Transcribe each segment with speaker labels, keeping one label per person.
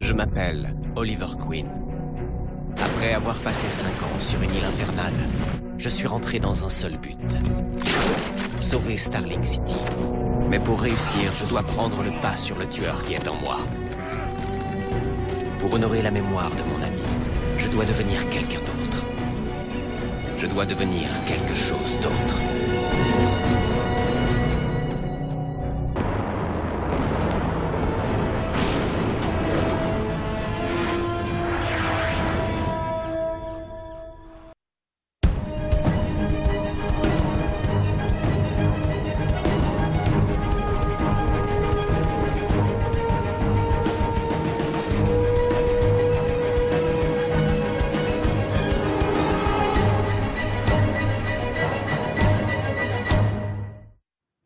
Speaker 1: Je m'appelle Oliver Queen. Après avoir passé cinq ans sur une île infernale, je suis rentré dans un seul but. Sauver Starling City. Mais pour réussir, je dois prendre le pas sur le tueur qui est en moi. Pour honorer la mémoire de mon ami, je dois devenir quelqu'un d'autre. Je dois devenir quelque chose d'autre.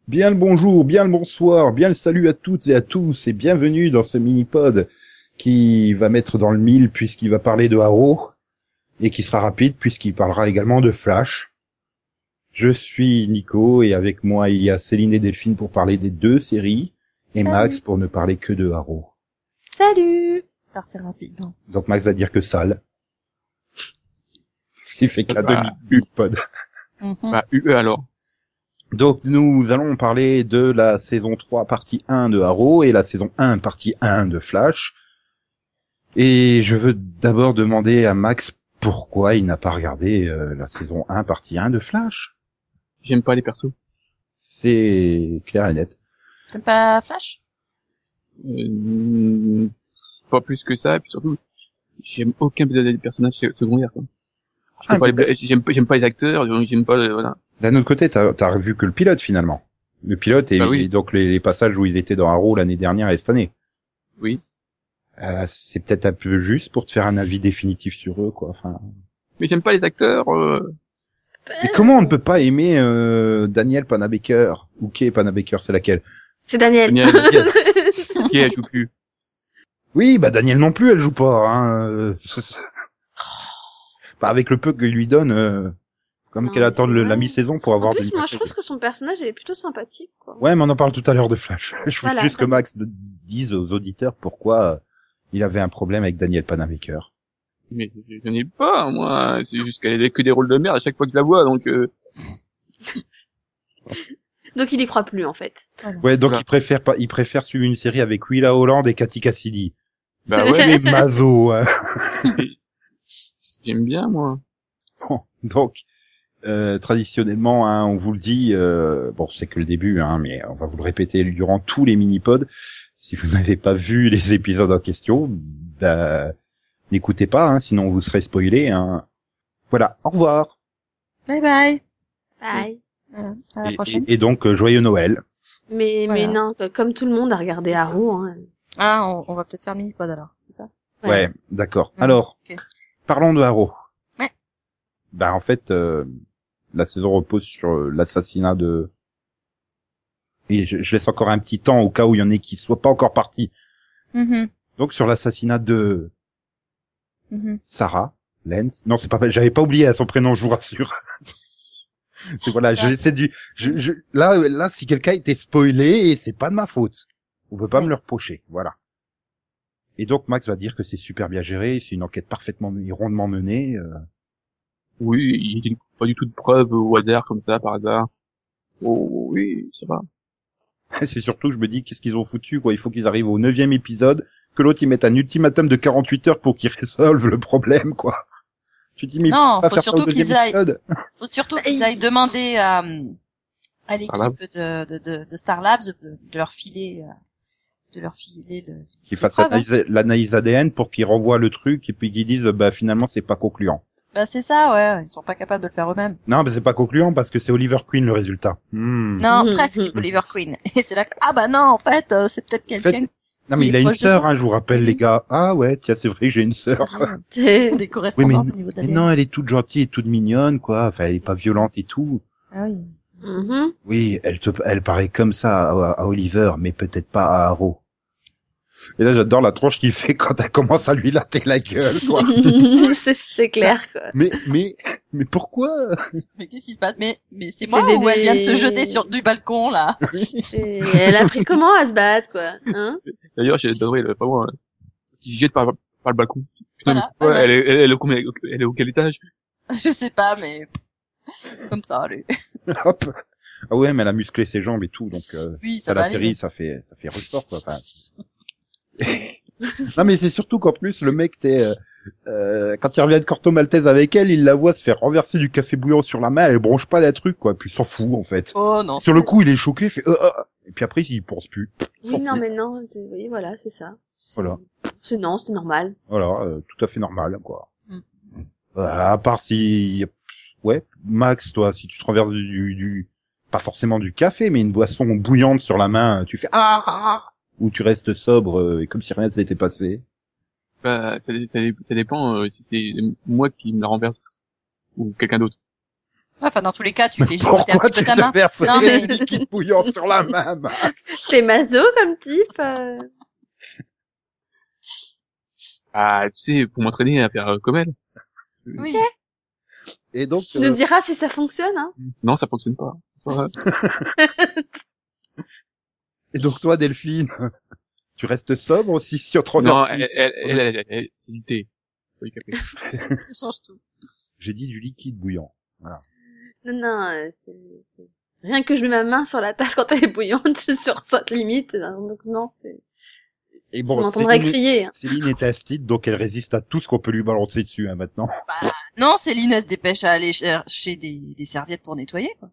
Speaker 2: Bien le bonjour, bien le bonsoir, bien le salut à toutes et à tous et bienvenue dans ce mini-pod qui va mettre dans le mille puisqu'il va parler de Haro et qui sera rapide puisqu'il parlera également de Flash. Je suis Nico et avec moi il y a Céline et Delphine pour parler des deux séries et
Speaker 3: Salut.
Speaker 2: Max pour ne parler que de Haro.
Speaker 3: Salut Partie rapide. hein.
Speaker 2: Donc Max va dire que sale. Ce qui fait qu'à
Speaker 4: Bah.
Speaker 2: demi-pod.
Speaker 3: Mhm.
Speaker 4: Bah, UE alors.
Speaker 2: Donc nous allons parler de la saison 3 partie 1 de Arrow et la saison 1 partie 1 de Flash. Et je veux d'abord demander à Max pourquoi il n'a pas regardé euh, la saison 1 partie 1 de Flash.
Speaker 4: J'aime pas les persos.
Speaker 2: C'est clair et net.
Speaker 3: T'aimes pas Flash
Speaker 4: Euh, pas plus que ça, et puis surtout, j'aime aucun des des personnages se- secondaires, quoi.
Speaker 2: Ah,
Speaker 4: J'aime pas, les
Speaker 2: mais
Speaker 4: bla- j'aime pas- j'aime pas les acteurs, j'aime pas, le- voilà.
Speaker 2: D'un autre côté, t'as as vu que le pilote finalement. Le pilote et,
Speaker 4: Bah oui.
Speaker 2: et donc les, les passages où ils étaient dans Arrow l'année dernière et cette année.
Speaker 4: Oui.
Speaker 2: Euh, c'est peut-être un peu juste pour te faire un avis définitif sur eux, quoi. Enfin,
Speaker 4: Mais j'aime pas les acteurs, euh,
Speaker 2: Mais comment on ne peut pas aimer euh, Daniel Panabaker ou qui est Panabaker, c'est laquelle
Speaker 5: C'est Daniel.
Speaker 4: Daniel,
Speaker 5: oh
Speaker 4: qui elle joue plus.
Speaker 2: Oui, bah Daniel non plus, elle joue pas. Hein. euh, bah, avec le peu que lui donne, euh, comme
Speaker 5: Non,
Speaker 2: qu'elle
Speaker 5: mais
Speaker 2: attend
Speaker 5: c'est
Speaker 2: le- la
Speaker 5: vrai.
Speaker 2: mi-saison pour avoir
Speaker 5: En
Speaker 2: des
Speaker 5: plus, moi, je trouve que son personnage, il est plutôt sympathique, quoi.
Speaker 2: Ouais, mais on en parle tout à l'heure de Flash. Je veux
Speaker 5: Voilà.
Speaker 2: juste que Max de- dise aux auditeurs pourquoi euh, il avait un problème avec Daniel Panabaker.
Speaker 4: Mais j'en ai pas, moi. C'est juste qu'elle a que des rôles de merde à chaque fois que je la vois, donc, euh,
Speaker 5: Donc, il y croit plus, en fait.
Speaker 2: Ouais, donc
Speaker 4: Voilà.
Speaker 2: il préfère pas, il préfère suivre une série avec Willa Holland et Cathy Cassidy.
Speaker 4: bah ouais,
Speaker 2: Les mazos. hein.
Speaker 4: j'aime bien, moi.
Speaker 2: Bon, donc, euh, traditionnellement, hein, on vous le dit, euh, bon, c'est que le début, hein, mais on va vous le répéter durant tous les mini-pods. Si vous n'avez pas vu les épisodes en question, bah, n'écoutez pas, hein, sinon vous serez spoilé. Hein. Voilà, au revoir.
Speaker 3: Bye bye
Speaker 5: Aïe.
Speaker 3: Voilà, à la
Speaker 2: Et,
Speaker 3: prochaine.
Speaker 2: et- et donc, euh, joyeux Noël.
Speaker 5: Mais,
Speaker 3: Voilà.
Speaker 5: mais non, que- comme tout le monde a regardé Arrow, hein.
Speaker 3: Ah, on, on va peut-être faire mini-pod alors, c'est ça
Speaker 2: Ouais,
Speaker 5: Ouais.
Speaker 2: d'accord.
Speaker 3: Mhm,
Speaker 2: Alors,
Speaker 3: ok.
Speaker 2: parlons de Haro.
Speaker 3: Ouais.
Speaker 2: Bah, en fait, euh, la saison repose sur euh, l'assassinat de... Et je, je laisse encore un petit temps au cas où il y en ait qui soient pas encore partis.
Speaker 3: Mhm,
Speaker 2: Donc sur l'assassinat de
Speaker 3: mhm.
Speaker 2: Sarah Lenz. Non, c'est pas j'avais pas oublié son prénom, je vous rassure. c'est voilà, je c'est du je, je- là là si quelqu'un était spoilé, c'est pas de ma faute. On peut pas me le reprocher, voilà. Et donc Max va dire que c'est super bien géré, c'est une enquête parfaitement menée- rondement menée. euh.
Speaker 4: Oui, il y a pas du tout de preuves au hasard, comme ça, par hasard. Oh, oui, ça va.
Speaker 2: c'est surtout je me dis qu'est-ce qu'ils ont foutu quoi, il faut qu'ils arrivent au neuvième épisode, que l'autre il mette un ultimatum de 48 heures pour qu'ils résolvent le problème quoi. Tu dis mais
Speaker 3: Non,
Speaker 2: pas
Speaker 3: faut
Speaker 2: faire ça au
Speaker 3: surtout
Speaker 2: deuxième
Speaker 3: qu'ils aillent,
Speaker 2: épisode.
Speaker 3: faut surtout
Speaker 5: Bah,
Speaker 3: qu'ils
Speaker 5: ils-
Speaker 3: aillent demander à, à
Speaker 4: Lab.
Speaker 3: l'équipe de, de, de, de Star Labs de, de leur filer, euh, de leur filer le.
Speaker 2: qu'ils fassent
Speaker 3: Preuve, hein.
Speaker 2: l'analyse- l'analyse ADN pour qu'ils renvoient le truc et puis qu'ils disent bah finalement c'est pas concluant.
Speaker 3: Bah c'est ça, ouais. Ils sont pas capables de le faire eux-mêmes.
Speaker 2: Non mais c'est pas concluant parce que c'est Oliver Queen le résultat. Hmm.
Speaker 3: Non,
Speaker 5: Mhm,
Speaker 3: presque
Speaker 5: mhm.
Speaker 3: Oliver Queen. Et c'est là que ah bah non, en fait, euh, c'est peut-être
Speaker 2: En fait,
Speaker 3: quelqu'un.
Speaker 2: non, mais
Speaker 3: il
Speaker 2: il a
Speaker 3: est
Speaker 2: une
Speaker 3: proche de
Speaker 2: sœur
Speaker 3: toi.
Speaker 2: hein, je vous rappelle
Speaker 3: Oui.
Speaker 2: les gars. Ah ouais tiens c'est vrai que j'ai une sœur.
Speaker 5: C'est-
Speaker 3: Des correspondances au niveau de
Speaker 2: Mais
Speaker 3: l'ADN.
Speaker 2: non elle est toute gentille et toute mignonne quoi. Enfin elle est pas violente et tout.
Speaker 3: Ah oui.
Speaker 5: Mhm.
Speaker 2: Oui elle te elle paraît comme ça à, à Oliver mais peut-être pas à Haro. Et là j'adore la tronche qu'il fait quand elle commence à lui latter la gueule quoi.
Speaker 5: c'est, c'est clair, quoi.
Speaker 2: mais mais mais pourquoi
Speaker 3: Mais qu'est-ce qui se passe Mais mais c'est moi
Speaker 5: des-
Speaker 3: ou elle vient de se
Speaker 5: des-
Speaker 3: jeter sur du balcon là
Speaker 5: C'est- Elle a appris comment à se battre, quoi. Hein
Speaker 4: D'ailleurs, j'ai adoré le, vraiment, qui se jette par, par le balcon. Putain,
Speaker 3: Voilà,
Speaker 4: mais pourquoi
Speaker 3: voilà.
Speaker 4: elle, est, elle, est au combien- elle est au quel étage
Speaker 3: Je sais pas, mais comme ça, allez.
Speaker 2: Hop. Ah ouais, mais elle a musclé ses jambes et tout, donc euh,
Speaker 3: oui,
Speaker 2: ça
Speaker 3: ça va aller.
Speaker 2: l'atterrit, ça fait ça fait ressort quoi. Enfin, non mais c'est surtout qu'en plus le mec c'est euh, euh, quand il revient de Corto Maltese avec elle, il la voit se faire renverser du café bouillant sur la main, elle bronche pas la truc quoi, puis s'en fout en fait.
Speaker 3: Oh non.
Speaker 2: Sur le coup, il est choqué, il fait euh, euh, et puis après il pense plus.
Speaker 5: Oui, non, mais non, tu- oui, voilà, c'est ça. C'est-
Speaker 2: Voilà.
Speaker 5: C'est non, c'est normal.
Speaker 2: Voilà, euh, tout à fait normal quoi.
Speaker 3: Mm.
Speaker 2: Euh, à part si ouais, Max toi si tu te renverses du, du pas forcément du café mais une boisson bouillante sur la main, tu fais ah, ah, ah ou tu restes sobre euh, et comme si rien ne s'était passé.
Speaker 4: bah, ça, dé- ça, dé- ça dépend euh, si c'est moi qui me la renverse ou quelqu'un d'autre.
Speaker 3: Ouais, Enfin, dans tous les cas, tu fais jeter un
Speaker 2: Pourquoi tu
Speaker 3: petit peu ta main.
Speaker 2: renverses
Speaker 3: Non, mais-
Speaker 2: des liquides bouillants sur la main Max
Speaker 5: C'est maso comme type. euh.
Speaker 4: Ah, tu sais, pour m'entraîner à faire euh, comme elle.
Speaker 3: Oui.
Speaker 2: Et donc
Speaker 5: Tu
Speaker 2: euh,
Speaker 5: nous diras si ça fonctionne, hein.
Speaker 4: Non, ça fonctionne pas. Ouais.
Speaker 2: et donc toi Delphine, tu restes sobre aussi si on te renverse.
Speaker 4: non,
Speaker 2: du-
Speaker 4: elle, elle, elle, elle, elle- elle- c'est du thé. Pas du café.
Speaker 3: Ça change tout.
Speaker 2: J'ai dit du liquide bouillant.
Speaker 5: Non, non, euh, c'est... c'est- Rien que je mets ma main sur la tasse quand elle est bouillante, je sursaute limite. hein, Donc non, c'est...
Speaker 2: Et
Speaker 5: on
Speaker 2: bon, bah,
Speaker 5: m'entendrait
Speaker 2: Céline,
Speaker 5: crier. hein.
Speaker 2: Céline est astide, donc elle résiste à tout ce qu'on peut lui balancer dessus hein, maintenant.
Speaker 3: Non, Céline, elle se dépêche à aller chercher des, des serviettes pour nettoyer, quoi.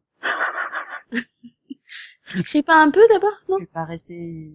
Speaker 5: Tu cries pas un peu d'abord, non
Speaker 3: Je vais pas rester...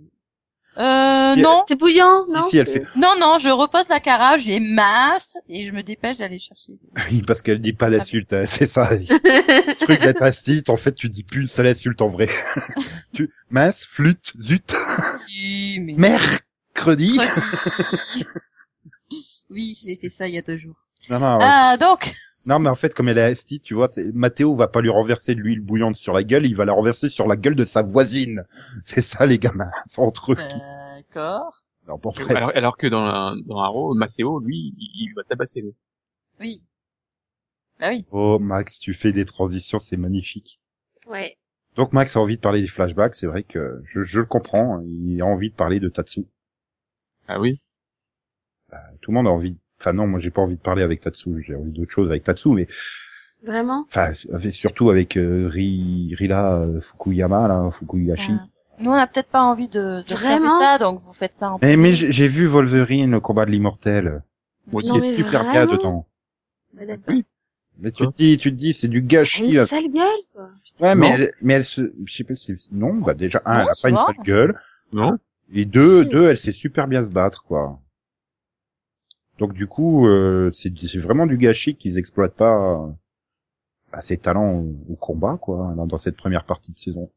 Speaker 3: Euh,
Speaker 2: Si-
Speaker 3: non.
Speaker 5: C'est bouillant, non
Speaker 2: si, si, elle fait.
Speaker 3: Non, non, je repose la carafe, je les masse, et je me dépêche d'aller chercher.
Speaker 2: Oui, parce qu'elle dit pas
Speaker 3: Ça-
Speaker 2: l'insulte, hein, c'est ça. Le
Speaker 5: fait.
Speaker 2: truc d'être astide, en fait, tu dis plus une seule insulte en vrai. tu, mince, flûte, zut,
Speaker 3: si, mais...
Speaker 2: mercredi.
Speaker 3: Mercredi. oui, j'ai fait ça il y a deux jours.
Speaker 2: Non, non, ouais.
Speaker 3: Ah, donc,
Speaker 2: non, mais en fait, comme elle est astide, tu vois, c'est- Mathéo va pas lui renverser de l'huile bouillante sur la gueule, il va la renverser sur la gueule de sa voisine. C'est ça, les gamins. C'est entre eux.
Speaker 3: d'accord.
Speaker 2: Non, bon, bref.
Speaker 4: alors, alors que dans, un- dans Haro, Maceo, lui, il, il va tabasser. lui.
Speaker 3: Oui. Bah oui.
Speaker 2: Oh, Max, tu fais des transitions, c'est magnifique.
Speaker 5: ouais.
Speaker 2: Donc, Max a envie de parler des flashbacks, c'est vrai que je, je le comprends, il a envie de parler de Tatsu.
Speaker 4: Ah oui.
Speaker 2: Tout le monde a envie. Enfin non, moi j'ai pas envie de parler avec Tatsu, j'ai envie d'autre chose avec Tatsu, mais
Speaker 5: Vraiment
Speaker 2: enfin avec- surtout avec euh, Ri- Rila euh, Fukuyama là, Fukuyashi.
Speaker 3: Ah. Nous, on n'a peut-être pas envie de, de
Speaker 5: Vraiment
Speaker 3: regarder ça, donc vous faites ça en
Speaker 2: Eh,
Speaker 3: plus.
Speaker 2: mais j'ai j'ai vu Wolverine au combat de l'immortel.
Speaker 4: Moi aussi.
Speaker 5: Non,
Speaker 2: Il
Speaker 5: mais
Speaker 2: est super bien
Speaker 5: vraiment
Speaker 2: dedans.
Speaker 5: Ouais, d'accord.
Speaker 2: Mais tu te dis, tu te dis, c'est du gâchis.
Speaker 5: Une
Speaker 2: là.
Speaker 5: sale gueule, quoi.
Speaker 2: Ouais, mais
Speaker 4: Non.
Speaker 2: elle, mais elle se, je sais pas si, non, bah déjà un,
Speaker 3: Non,
Speaker 2: elle a
Speaker 3: ça
Speaker 2: pas une
Speaker 3: va.
Speaker 2: sale gueule,
Speaker 4: Non.
Speaker 2: et deux,
Speaker 5: Si.
Speaker 2: deux, elle sait super bien se battre quoi. Donc du coup, euh, c'est c'est vraiment du gâchis qu'ils exploitent pas euh, bah, ses talents au, au combat quoi dans, dans cette première partie de saison.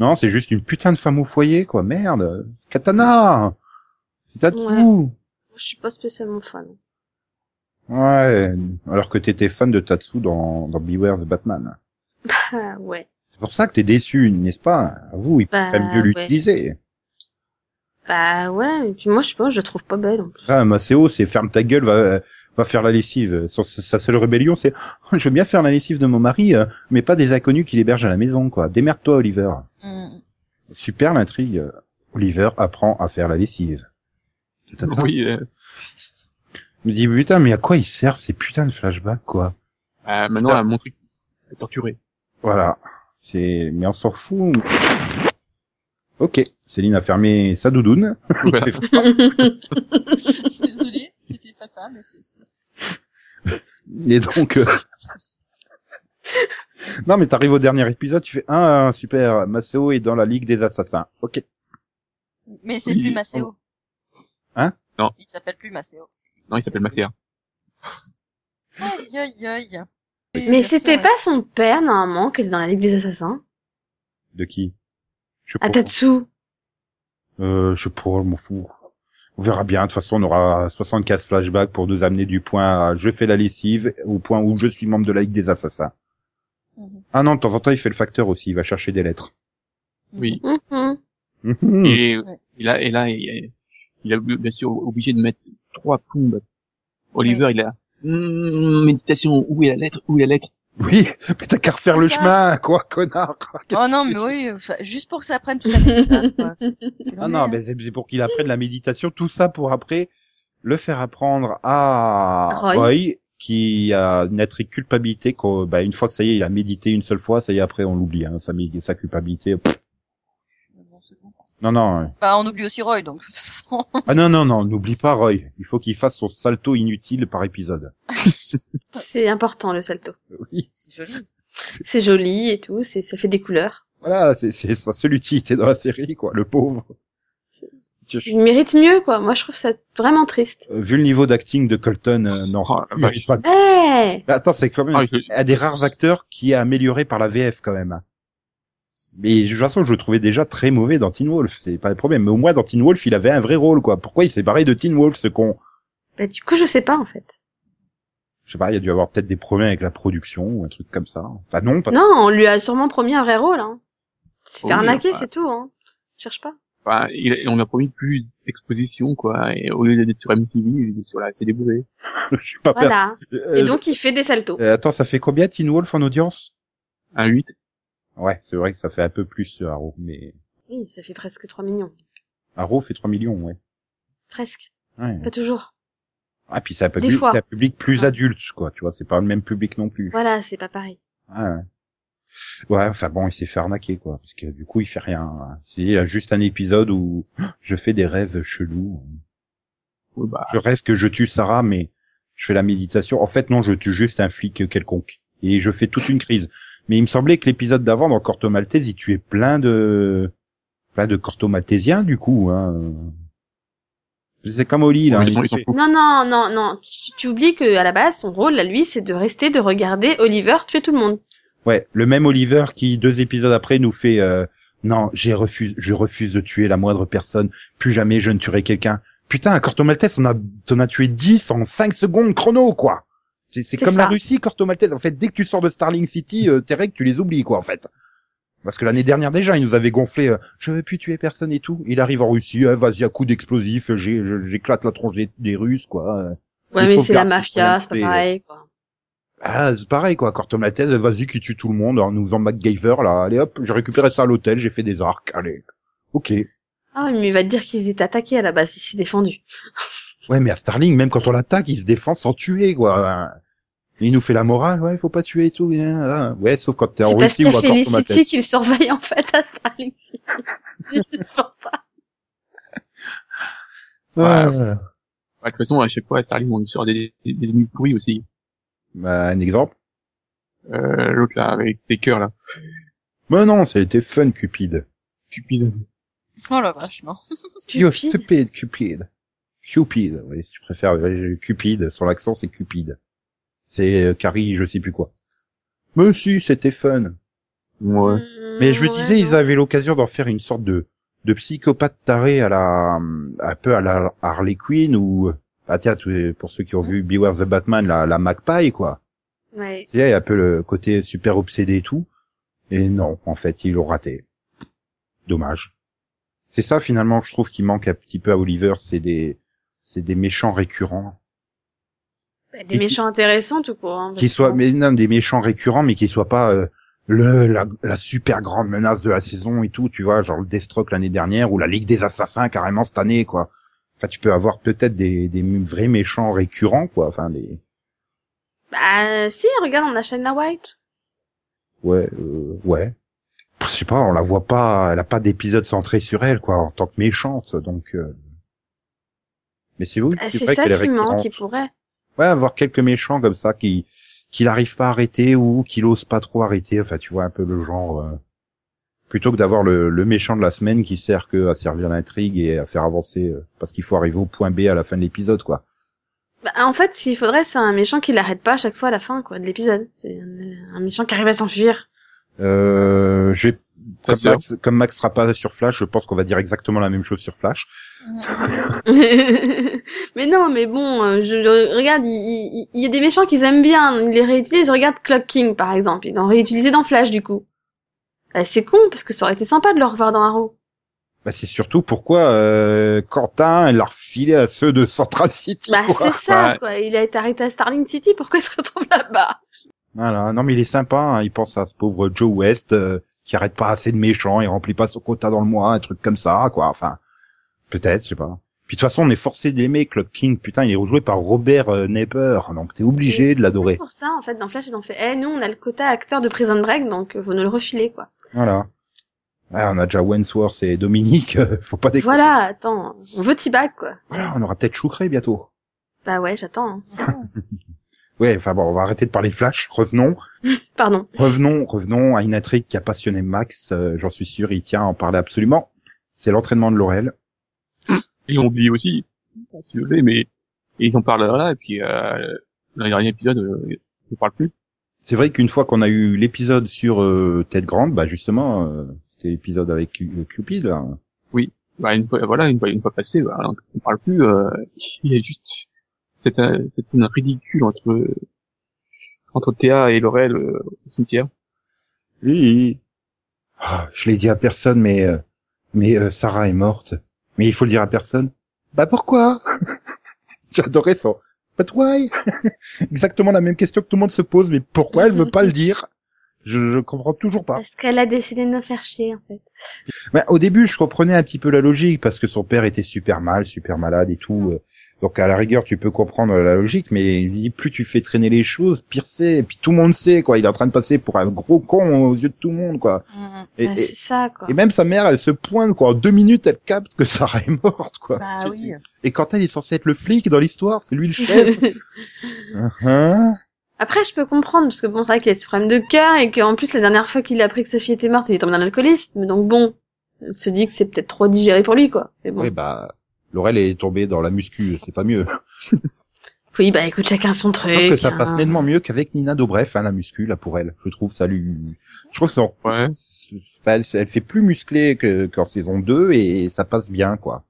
Speaker 2: Non, c'est juste une putain de femme au foyer quoi, merde, katana, c'est à tout.
Speaker 5: Je suis pas spécialement fan.
Speaker 2: Ouais, alors que t'étais fan de Tatsu dans, dans Beware the Batman.
Speaker 5: Ah, ouais.
Speaker 2: C'est pour ça que t'es déçu, n'est-ce pas Vous, il faut
Speaker 5: Bah,
Speaker 2: quand même mieux
Speaker 5: ouais.
Speaker 2: l'utiliser.
Speaker 5: Bah ouais, et puis moi je sais pas, je la trouve pas belle en plus.
Speaker 2: Ah, Maceo, c'est ferme ta gueule, va, va faire la lessive. Son- sa seule rébellion, c'est Oh, je veux bien faire la lessive de mon mari, euh, mais pas des inconnus qui l'hébergent à la maison, quoi. Démerde-toi, Oliver.
Speaker 3: Mm.
Speaker 2: Super l'intrigue. Oliver apprend à faire la lessive. Tout à fait.
Speaker 4: Oui. euh,
Speaker 2: Je me dis, putain, mais à quoi ils servent ces putains de flashbacks, quoi
Speaker 4: bah, maintenant,
Speaker 2: Putain.
Speaker 4: elle a montré elle est torturée.
Speaker 2: Voilà. C'est, mais on s'en fout. Ok. Céline a fermé sa doudoune.
Speaker 4: Voilà.
Speaker 2: C'est-
Speaker 3: Je suis désolée, c'était pas ça, mais c'est...
Speaker 2: Et donc, euh, non, mais t'arrives au dernier épisode, tu fais ah super, Maceo est dans la ligue des assassins. Ok.
Speaker 3: Mais c'est
Speaker 4: Oui.
Speaker 3: plus Maceo.
Speaker 2: Hein
Speaker 4: Non.
Speaker 3: Il s'appelle plus Maceo.
Speaker 4: Non, il s'appelle Macea.
Speaker 3: Aïe, aïe, aïe. Oui, bien
Speaker 5: Mais
Speaker 3: sûr,
Speaker 5: c'était
Speaker 3: ouais.
Speaker 5: pas son père normalement qui était dans la Ligue des Assassins.
Speaker 2: De qui Je sais
Speaker 3: Ah,
Speaker 2: pas.
Speaker 5: Atatsu.
Speaker 2: Euh, je sais pas, je m'en fous. On verra bien. De toute façon, on aura 75 flashbacks pour nous amener du point à je fais la lessive au point où je suis membre de la ligue des assassins.
Speaker 3: Mhm.
Speaker 2: Ah non, de temps en temps, il fait le facteur aussi. Il va chercher des lettres.
Speaker 4: Oui.
Speaker 5: Mhm.
Speaker 2: Mhm.
Speaker 4: Et,
Speaker 3: Ouais.
Speaker 4: et là, et là, il est, il a bien sûr obligé de mettre hmm, trois plombes. Oliver, il a, Hum, méditation, où est la lettre, où est la lettre?
Speaker 2: Oui, mais t'as qu'à refaire
Speaker 3: C'est
Speaker 2: le
Speaker 3: ça.
Speaker 2: chemin, quoi, connard.
Speaker 3: Oh non, mais oui, enfin, juste pour que ça prenne tout un épisode, quoi. C'est- c'est
Speaker 2: Ah
Speaker 3: long,
Speaker 2: non,
Speaker 3: hein.
Speaker 2: mais c'est c'est pour qu'il apprenne la méditation, tout ça pour après le faire apprendre à
Speaker 5: Roy.
Speaker 2: Roy, qui a une attrait culpabilité qu'au- bah, une fois que ça y est, il a médité une seule fois, ça y est, après on l'oublie, hein, sa, mé- sa culpabilité. pff,
Speaker 3: Bon, c'est bon.
Speaker 2: Non, non, ouais.
Speaker 3: Bah, on oublie aussi Roy, donc de toute façon.
Speaker 2: ah non, non, non, n'oublie pas Roy, il faut qu'il fasse son salto inutile par épisode. Euh,
Speaker 3: c'est
Speaker 5: C'est important le salto.
Speaker 2: Oui,
Speaker 3: joli.
Speaker 5: C'est joli et tout, c'est ça fait des couleurs.
Speaker 2: voilà, c'est c'est sa seule utilité dans la série, quoi, le pauvre. Je-
Speaker 5: Il mérite mieux quoi. Moi je trouve ça vraiment triste.
Speaker 2: Euh, Vu le niveau d'acting de Colton, euh, non,
Speaker 4: Oh, la
Speaker 2: il
Speaker 4: vache.
Speaker 2: mérite pas.
Speaker 5: Eh
Speaker 2: Mais Attends, c'est quand même...
Speaker 4: Ah, je-
Speaker 2: un des rares acteurs qui est amélioré par la VF quand même. Mais de toute façon, je le trouvais déjà très mauvais dans Teen Wolf, c'est pas le problème. Mais au moins dans Teen Wolf, il avait un vrai rôle, quoi. Pourquoi il s'est barré de Teen Wolf, ce con
Speaker 5: Bah du coup je sais pas en fait.
Speaker 2: Je sais pas, il y a dû avoir peut-être des problèmes avec la production ou un truc comme ça. Enfin non, parce...
Speaker 5: Non, on lui a sûrement promis un vrai rôle. Hein. C'est
Speaker 4: Oui,
Speaker 5: fait arnaquer,
Speaker 4: bah.
Speaker 5: c'est tout. Hein. Cherche pas.
Speaker 4: Enfin, il, et on a promis plus d'exposition, quoi. Et au lieu d'être sur MTV, il est sur la CW.
Speaker 2: je suis pas perdu.
Speaker 5: Voilà.
Speaker 2: Euh,
Speaker 5: Et donc il fait des saltos.
Speaker 2: euh, attends, ça fait combien Teen Wolf en audience
Speaker 4: Un 8.
Speaker 2: Ouais, c'est vrai que ça fait un peu plus euh, Arrow, mais
Speaker 5: Oui, ça fait presque 3 millions.
Speaker 2: Arrow fait 3 millions, ouais.
Speaker 5: Presque.
Speaker 2: ouais.
Speaker 5: Pas toujours.
Speaker 2: Ah puis c'est un
Speaker 5: Des
Speaker 2: public,
Speaker 5: fois.
Speaker 2: c'est un public plus
Speaker 5: Ouais.
Speaker 2: adulte, quoi. Tu vois, c'est pas le même public non plus.
Speaker 5: Voilà, c'est pas pareil.
Speaker 2: Ah ouais. Ouais, enfin bon, il s'est fait arnaquer, quoi. Parce que du coup, il fait rien. hein. C'est il a juste un épisode où je fais des rêves chelous.
Speaker 4: Oui, bah,
Speaker 2: Je rêve que je tue Sarah, mais je fais la méditation. En fait, non, je tue juste un flic quelconque. Et je fais toute une crise. Mais il me semblait que l'épisode d'avant, dans Corto Maltese, il tuait plein de... plein de Corto Maltesiens, du coup. Hein. C'est comme Oli, là.
Speaker 4: Oui, ils
Speaker 2: il
Speaker 4: sont- ils sont
Speaker 2: fait-
Speaker 4: fous.
Speaker 5: Non, non, non, non. Tu, tu oublies que à la base, son rôle, à lui, c'est de rester, de regarder Oliver tuer tout le monde.
Speaker 2: Ouais, le même Oliver qui deux épisodes après nous fait euh, non, j'ai refuse, je refuse de tuer la moindre personne, plus jamais je ne tuerai quelqu'un. Putain, à Corto Maltese, on a on a tué 10 en 5 secondes chrono quoi. C'est c'est
Speaker 5: C'est
Speaker 2: comme
Speaker 5: ça.
Speaker 2: la Russie Corto Maltese en fait, dès que tu sors de Starling City, euh, tes règles tu les oublies quoi en fait. Parce que l'année
Speaker 3: C'est ça.
Speaker 2: dernière déjà, il nous avait gonflé euh, je veux plus tuer personne et tout. Il arrive en Russie, eh, vas-y à coup d'explosif, j'ai- je- j'éclate la tronche des, des Russes quoi. euh.
Speaker 5: Ouais,
Speaker 2: Il
Speaker 5: mais
Speaker 2: faut
Speaker 5: c'est la
Speaker 2: garder
Speaker 5: mafia,
Speaker 2: son
Speaker 5: c'est pas
Speaker 2: identité,
Speaker 5: pareil. Quoi.
Speaker 2: Ah, c'est pareil quoi, Corto Maltese, vas-y qui tue tout le monde en nous faisant MacGyver là, allez hop, j'ai récupéré ça à l'hôtel, j'ai fait des arcs, allez. Ok.
Speaker 5: Ah oui, mais il va te dire qu'ils étaient attaqués à la base, il s'est défendu.
Speaker 2: Ouais mais à Starling, même quand on l'attaque, il se défend sans tuer quoi. Il nous fait la morale, ouais, faut pas tuer et tout, hein, hein. ouais, sauf quand t'es en
Speaker 5: C'est parce
Speaker 2: Russie
Speaker 5: qu'il
Speaker 2: ou
Speaker 5: y
Speaker 2: à
Speaker 5: a
Speaker 2: Corto Maltese.
Speaker 5: Felicity qui le surveille en fait à Starling City. C'est juste pour ça.
Speaker 2: Ouais.
Speaker 4: Ouais, Bah, de toute façon, à chaque fois, à Starling, on lui sort des, des, des ennemis pourris aussi.
Speaker 2: Bah, un exemple.
Speaker 4: Euh, l'autre, là, avec ses cœurs, là.
Speaker 2: Mais non, c'était fun Cupid.
Speaker 4: Cupid.
Speaker 3: Oh la vache, non.
Speaker 2: Yo,
Speaker 5: Cupid.
Speaker 2: stupid Cupid. Cupid, oui, si tu préfères, euh, Cupid, son accent c'est Cupid. C'est euh, Carrie, je sais plus quoi. Mais si, c'était fun.
Speaker 4: Ouais.
Speaker 2: Mais je me
Speaker 5: Ouais,
Speaker 2: disais,
Speaker 5: non.
Speaker 2: ils avaient l'occasion d'en faire une sorte de, de psychopathe taré à la, un peu à la Harley Quinn ou, ah tiens, tous- pour ceux qui ont vu Beware the Batman, la, la Magpie, quoi.
Speaker 5: Ouais.
Speaker 2: Tu sais, il y a un peu le côté super obsédé et tout. Et non, en fait, ils l'ont raté. Dommage. C'est ça, finalement, que je trouve qui manque un petit peu à Oliver, c'est des, c'est des méchants récurrents.
Speaker 5: Bah,
Speaker 2: Et-
Speaker 5: des méchants intéressants tout court. Hein,
Speaker 2: Qui
Speaker 5: parce
Speaker 2: soient,
Speaker 5: que-
Speaker 2: mais non, des méchants récurrents, mais qui soient pas, euh, le, la, la super grande menace de la saison et tout, tu vois, genre le Deathstroke l'année dernière ou la Ligue des Assassins carrément cette année, quoi. Enfin, tu peux avoir peut-être des, des m- vrais méchants récurrents, quoi. Enfin, des,
Speaker 5: Bah si, regarde, on a Shana White.
Speaker 2: ouais, euh, ouais. Je sais pas, on la voit pas, elle a pas d'épisode centré sur elle, quoi, en tant que méchante, donc. euh. Mais c'est vous,
Speaker 5: Bah, c'est ça qui manque, il pourrait.
Speaker 2: Ouais, avoir quelques méchants comme ça qui qui n'arrivent pas à arrêter ou qui l'osent pas trop arrêter. Enfin, tu vois un peu le genre. euh, plutôt que d'avoir le, le méchant de la semaine qui sert que à servir l'intrigue et à faire avancer euh, parce qu'il faut arriver au point B à la fin de l'épisode, quoi.
Speaker 5: Bah, en fait, ce qu'il faudrait, c'est un méchant qui l'arrête pas à chaque fois à la fin quoi de l'épisode. C'est un, un méchant qui arrive à s'enfuir.
Speaker 2: Euh, j'ai
Speaker 4: Ça,
Speaker 2: comme
Speaker 4: c'est
Speaker 2: Max, comme Max sera pas sur Flash, je pense qu'on va dire exactement la même chose sur Flash.
Speaker 5: mais non, mais bon, euh, je, je- regarde, il, il- il y a des méchants qu'ils aiment bien, ils les réutilisent. Je regarde Clock King par exemple, ils l'ont réutilisé dans Flash du coup. Bah, c'est con parce que ça aurait été sympa de le revoir dans Arrow.
Speaker 2: Bah, c'est surtout pourquoi euh, Quentin l'a refilé à ceux de Central City.
Speaker 5: Bah
Speaker 2: quoi.
Speaker 5: c'est ça
Speaker 4: Ouais.
Speaker 5: quoi, il a été arrêté à Starling City, pourquoi il se retrouve là-bas
Speaker 2: Voilà. Non, mais il est sympa. hein. Il pense à ce pauvre Joe West euh, qui arrête pas assez de méchants, il remplit pas son quota dans le mois, un truc comme ça, quoi. Enfin, peut-être, je sais pas. Puis de toute façon, on est forcé d'aimer Club King. Putain, il est rejoué par Robert euh, Nepper, donc t'es obligé de
Speaker 5: C'est
Speaker 2: l'adorer.
Speaker 5: pour ça, en fait, dans Flash, ils ont fait, eh, nous, on a le quota acteur de Prison Break, donc euh, vous nous le refilez, quoi.
Speaker 2: Voilà. Ah, on a déjà Wentworth et Dominique. euh, Faut pas déconner.
Speaker 5: Voilà, attends, on veut T-Bag, quoi.
Speaker 2: Voilà, on aura peut-être Choucré bientôt.
Speaker 5: Bah ouais, j'attends. hein.
Speaker 2: Ouais, enfin bon, on va arrêter de parler de Flash. Revenons,
Speaker 5: Pardon.
Speaker 2: revenons, revenons à une intrigue qui a passionné Max. euh, J'en suis sûr, il tient à en parler absolument. C'est l'entraînement de Laurel.
Speaker 4: Et on oublie aussi, si tu veux, mais et ils en parlent là, et puis euh, dans les derniers épisodes, euh, ils ne parlent plus.
Speaker 2: C'est vrai qu'une fois qu'on a eu l'épisode sur euh, Ted Grant, bah justement, euh, c'était l'épisode avec Cu- euh, Cupid. hein. là.
Speaker 4: Bah, une fois, voilà, une fois, une fois passé, bah, alors on parle plus. euh, il y a juste cette, euh, cette scène ridicule entre entre Théa et Laurel euh, au cimetière.
Speaker 2: Oui. Ah, je l'ai dit à personne, mais euh, mais euh, Sarah est morte. Mais il faut le dire à personne. Bah pourquoi J'adorais ça. But why Exactement la même question que tout le monde se pose, mais pourquoi elle veut pas le dire je, je comprends toujours pas.
Speaker 5: Parce qu'elle a décidé de nous faire chier, en fait.
Speaker 2: Ben, au début, je comprenais un petit peu la logique parce que son père était super mal, super malade et
Speaker 5: Mm.
Speaker 2: tout. euh, Donc à la rigueur, tu peux comprendre la logique, mais il dit, plus tu fais traîner les choses, pire c'est. Et puis tout le monde sait quoi. Il est en train de passer pour un gros con aux yeux de tout le monde quoi.
Speaker 3: Mhm.
Speaker 2: Et,
Speaker 5: Bah,
Speaker 2: et-
Speaker 5: c'est ça, quoi.
Speaker 2: et même sa mère, elle se pointe quoi. En deux minutes, elle capte que Sarah est morte quoi.
Speaker 3: Bah
Speaker 2: Tu-
Speaker 3: oui.
Speaker 2: Et quand elle est censée être le flic dans l'histoire, c'est lui le chef. Hein
Speaker 5: Après, je peux comprendre, parce que bon, c'est vrai qu'il a ce problème de cœur, et qu'en plus, la dernière fois qu'il a appris que sa fille était morte, il est tombé dans l'alcoolisme, donc bon, on se dit que c'est peut-être trop digéré pour lui, quoi. Mais bon.
Speaker 2: Oui bah. Laurel est tombée dans la muscu, c'est pas mieux.
Speaker 5: Oui, bah écoute, chacun son truc.
Speaker 2: Je pense que ça passe
Speaker 5: hein.
Speaker 2: nettement mieux qu'avec Nina Dobrev, hein, la muscu, là, pour elle. Je trouve, ça lui... Je trouve que ça... en-
Speaker 4: Ouais.
Speaker 2: Enfin, Bah, elle, elle fait plus musclée que- qu'en saison 2, et ça passe bien, quoi.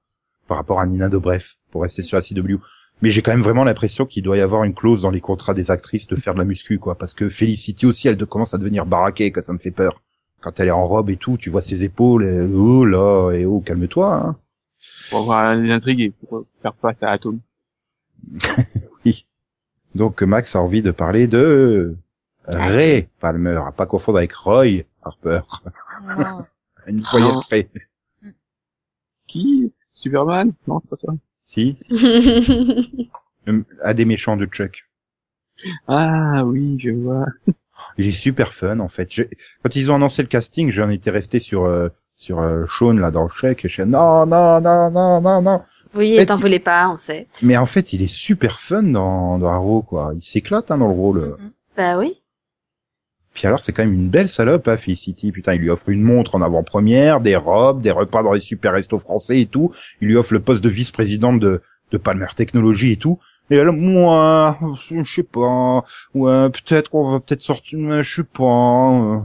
Speaker 2: Par rapport à Nina Dobrev, pour rester sur la CW. Mais j'ai quand même vraiment l'impression qu'il doit y avoir une clause dans les contrats des actrices de faire de la muscu, quoi. Parce que Felicity aussi, elle de- commence à devenir baraquée, que ça me fait peur. Quand elle est en robe et tout, tu vois ses épaules, et, oh là, et oh, calme-toi, hein.
Speaker 4: pour avoir l'intrigue et pour faire face à Atom.
Speaker 2: Donc Max a envie de parler de Ray Palmer, à pas confondre avec Roy Harper.
Speaker 3: Non.
Speaker 2: Une poignée
Speaker 4: Non.
Speaker 2: de près.
Speaker 4: Qui Superman Non, c'est pas ça.
Speaker 2: Si, hum, à des méchants de Chuck.
Speaker 4: Ah oui, je vois.
Speaker 2: Il est super fun en fait. Je- Quand ils ont annoncé le casting, j'en étais resté sur euh, sur euh, Sean là dans le chèque et je fais, non non non non non non.
Speaker 5: oui, elle t'en voulait pas, on sait.
Speaker 2: Mais en fait, il est super fun dans dans Arrow quoi. Il s'éclate hein, dans le rôle.
Speaker 3: Mhm.
Speaker 5: Bah oui.
Speaker 2: Puis alors, c'est quand même une belle salope, hein, Felicity. Putain, il lui offre une montre en avant-première, des robes, des repas dans les super restos français et tout. Il lui offre le poste de vice-présidente de, de Palmer Technologies et tout. Et elle, moi, je sais pas, ouais, peut-être qu'on va peut-être sortir, mais je sais pas, euh,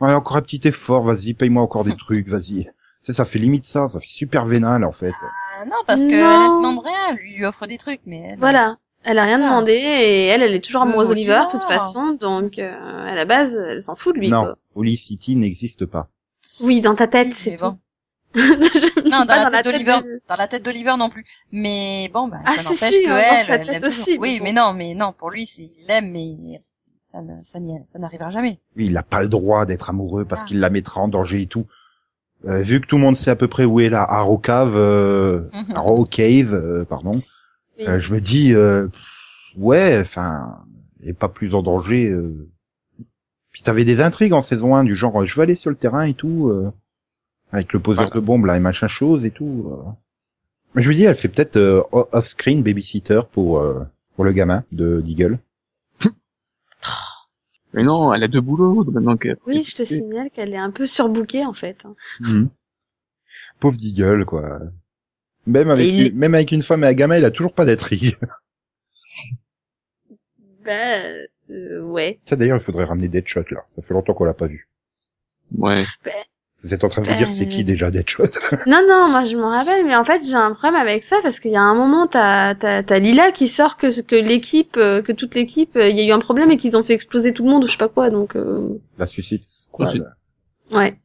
Speaker 2: ouais, encore un petit effort, vas-y, paye-moi encore des trucs, vas-y. Ça, ça fait limite ça, ça fait super vénal, en fait.
Speaker 3: Ah non, parce que
Speaker 5: Non.
Speaker 3: elle elle demande rien, lui lui offre des trucs, mais elle,
Speaker 5: Voilà. Elle a rien
Speaker 3: Voilà.
Speaker 5: demandé, et elle, elle est toujours
Speaker 3: Le
Speaker 5: amoureuse d'Oliver,
Speaker 3: voleur.
Speaker 5: de toute façon, donc euh, à la base, elle s'en fout de lui,
Speaker 2: non,
Speaker 5: quoi.
Speaker 2: Holy City n'existe pas.
Speaker 5: Oui, dans ta tête,
Speaker 3: Oui,
Speaker 5: c'est
Speaker 3: mais
Speaker 5: tout.
Speaker 3: bon.
Speaker 5: Je-
Speaker 3: Non, dans
Speaker 5: pas
Speaker 3: la tête d'Oliver,
Speaker 5: de-
Speaker 3: dans la tête d'Oliver non plus. Mais bon, bah,
Speaker 5: Ah,
Speaker 3: ça
Speaker 5: si,
Speaker 3: n'empêche
Speaker 5: si,
Speaker 3: que
Speaker 5: dans
Speaker 3: elle,
Speaker 5: sa
Speaker 3: elle
Speaker 5: tête
Speaker 3: l'aime toujours.
Speaker 5: aussi, mais
Speaker 3: Oui,
Speaker 5: bon.
Speaker 3: mais non, mais non, pour lui, c'est, il l'aime, mais ça ne, ça n'y- ça n'arrivera jamais.
Speaker 2: Lui, il n'a pas le droit d'être amoureux parce
Speaker 3: Ah.
Speaker 2: qu'il la mettra en danger et tout. Euh, vu que tout le monde sait à peu près où est la Arrow Cave, euh,
Speaker 3: Ah,
Speaker 2: Arrow Cave, euh, pardon,
Speaker 5: Oui.
Speaker 2: euh, je me dis, euh, pff, ouais, enfin, et pas plus en danger. euh. Puis t'avais des intrigues en saison 1 du genre, euh, je vais aller sur le terrain et tout, euh, avec le poseur
Speaker 4: Voilà.
Speaker 2: de bombes là et machin chose et tout. euh. Mais Je me dis, elle fait peut-être euh, o- off-screen babysitter pour euh, pour le gamin de Deagle.
Speaker 4: Mais non, elle a deux boulots maintenant que.
Speaker 5: Oui, je te signale qu'elle est un peu surbookée, en fait.
Speaker 2: Pauvre Deagle, quoi. Même avec,
Speaker 5: Et il-
Speaker 2: une, même avec une femme et un gamin, il a toujours pas d'intrigue.
Speaker 5: Bah, euh, ouais.
Speaker 2: Ça, d'ailleurs, il faudrait ramener Deadshot, là. Ça fait longtemps qu'on l'a pas vu.
Speaker 4: Ouais.
Speaker 2: Vous êtes en train de vous
Speaker 5: Euh,
Speaker 2: dire, c'est qui déjà Deadshot?
Speaker 5: Non, non, moi je m'en rappelle, mais en fait j'ai un problème avec ça parce qu'il y a un moment, t'as t'as- t'as Lila qui sort que, que l'équipe, euh, que toute l'équipe, euh, il y a eu un problème et qu'ils ont fait exploser tout le monde ou je sais pas quoi, donc euh,
Speaker 2: La suicide squad.
Speaker 4: Suicide.
Speaker 5: ouais.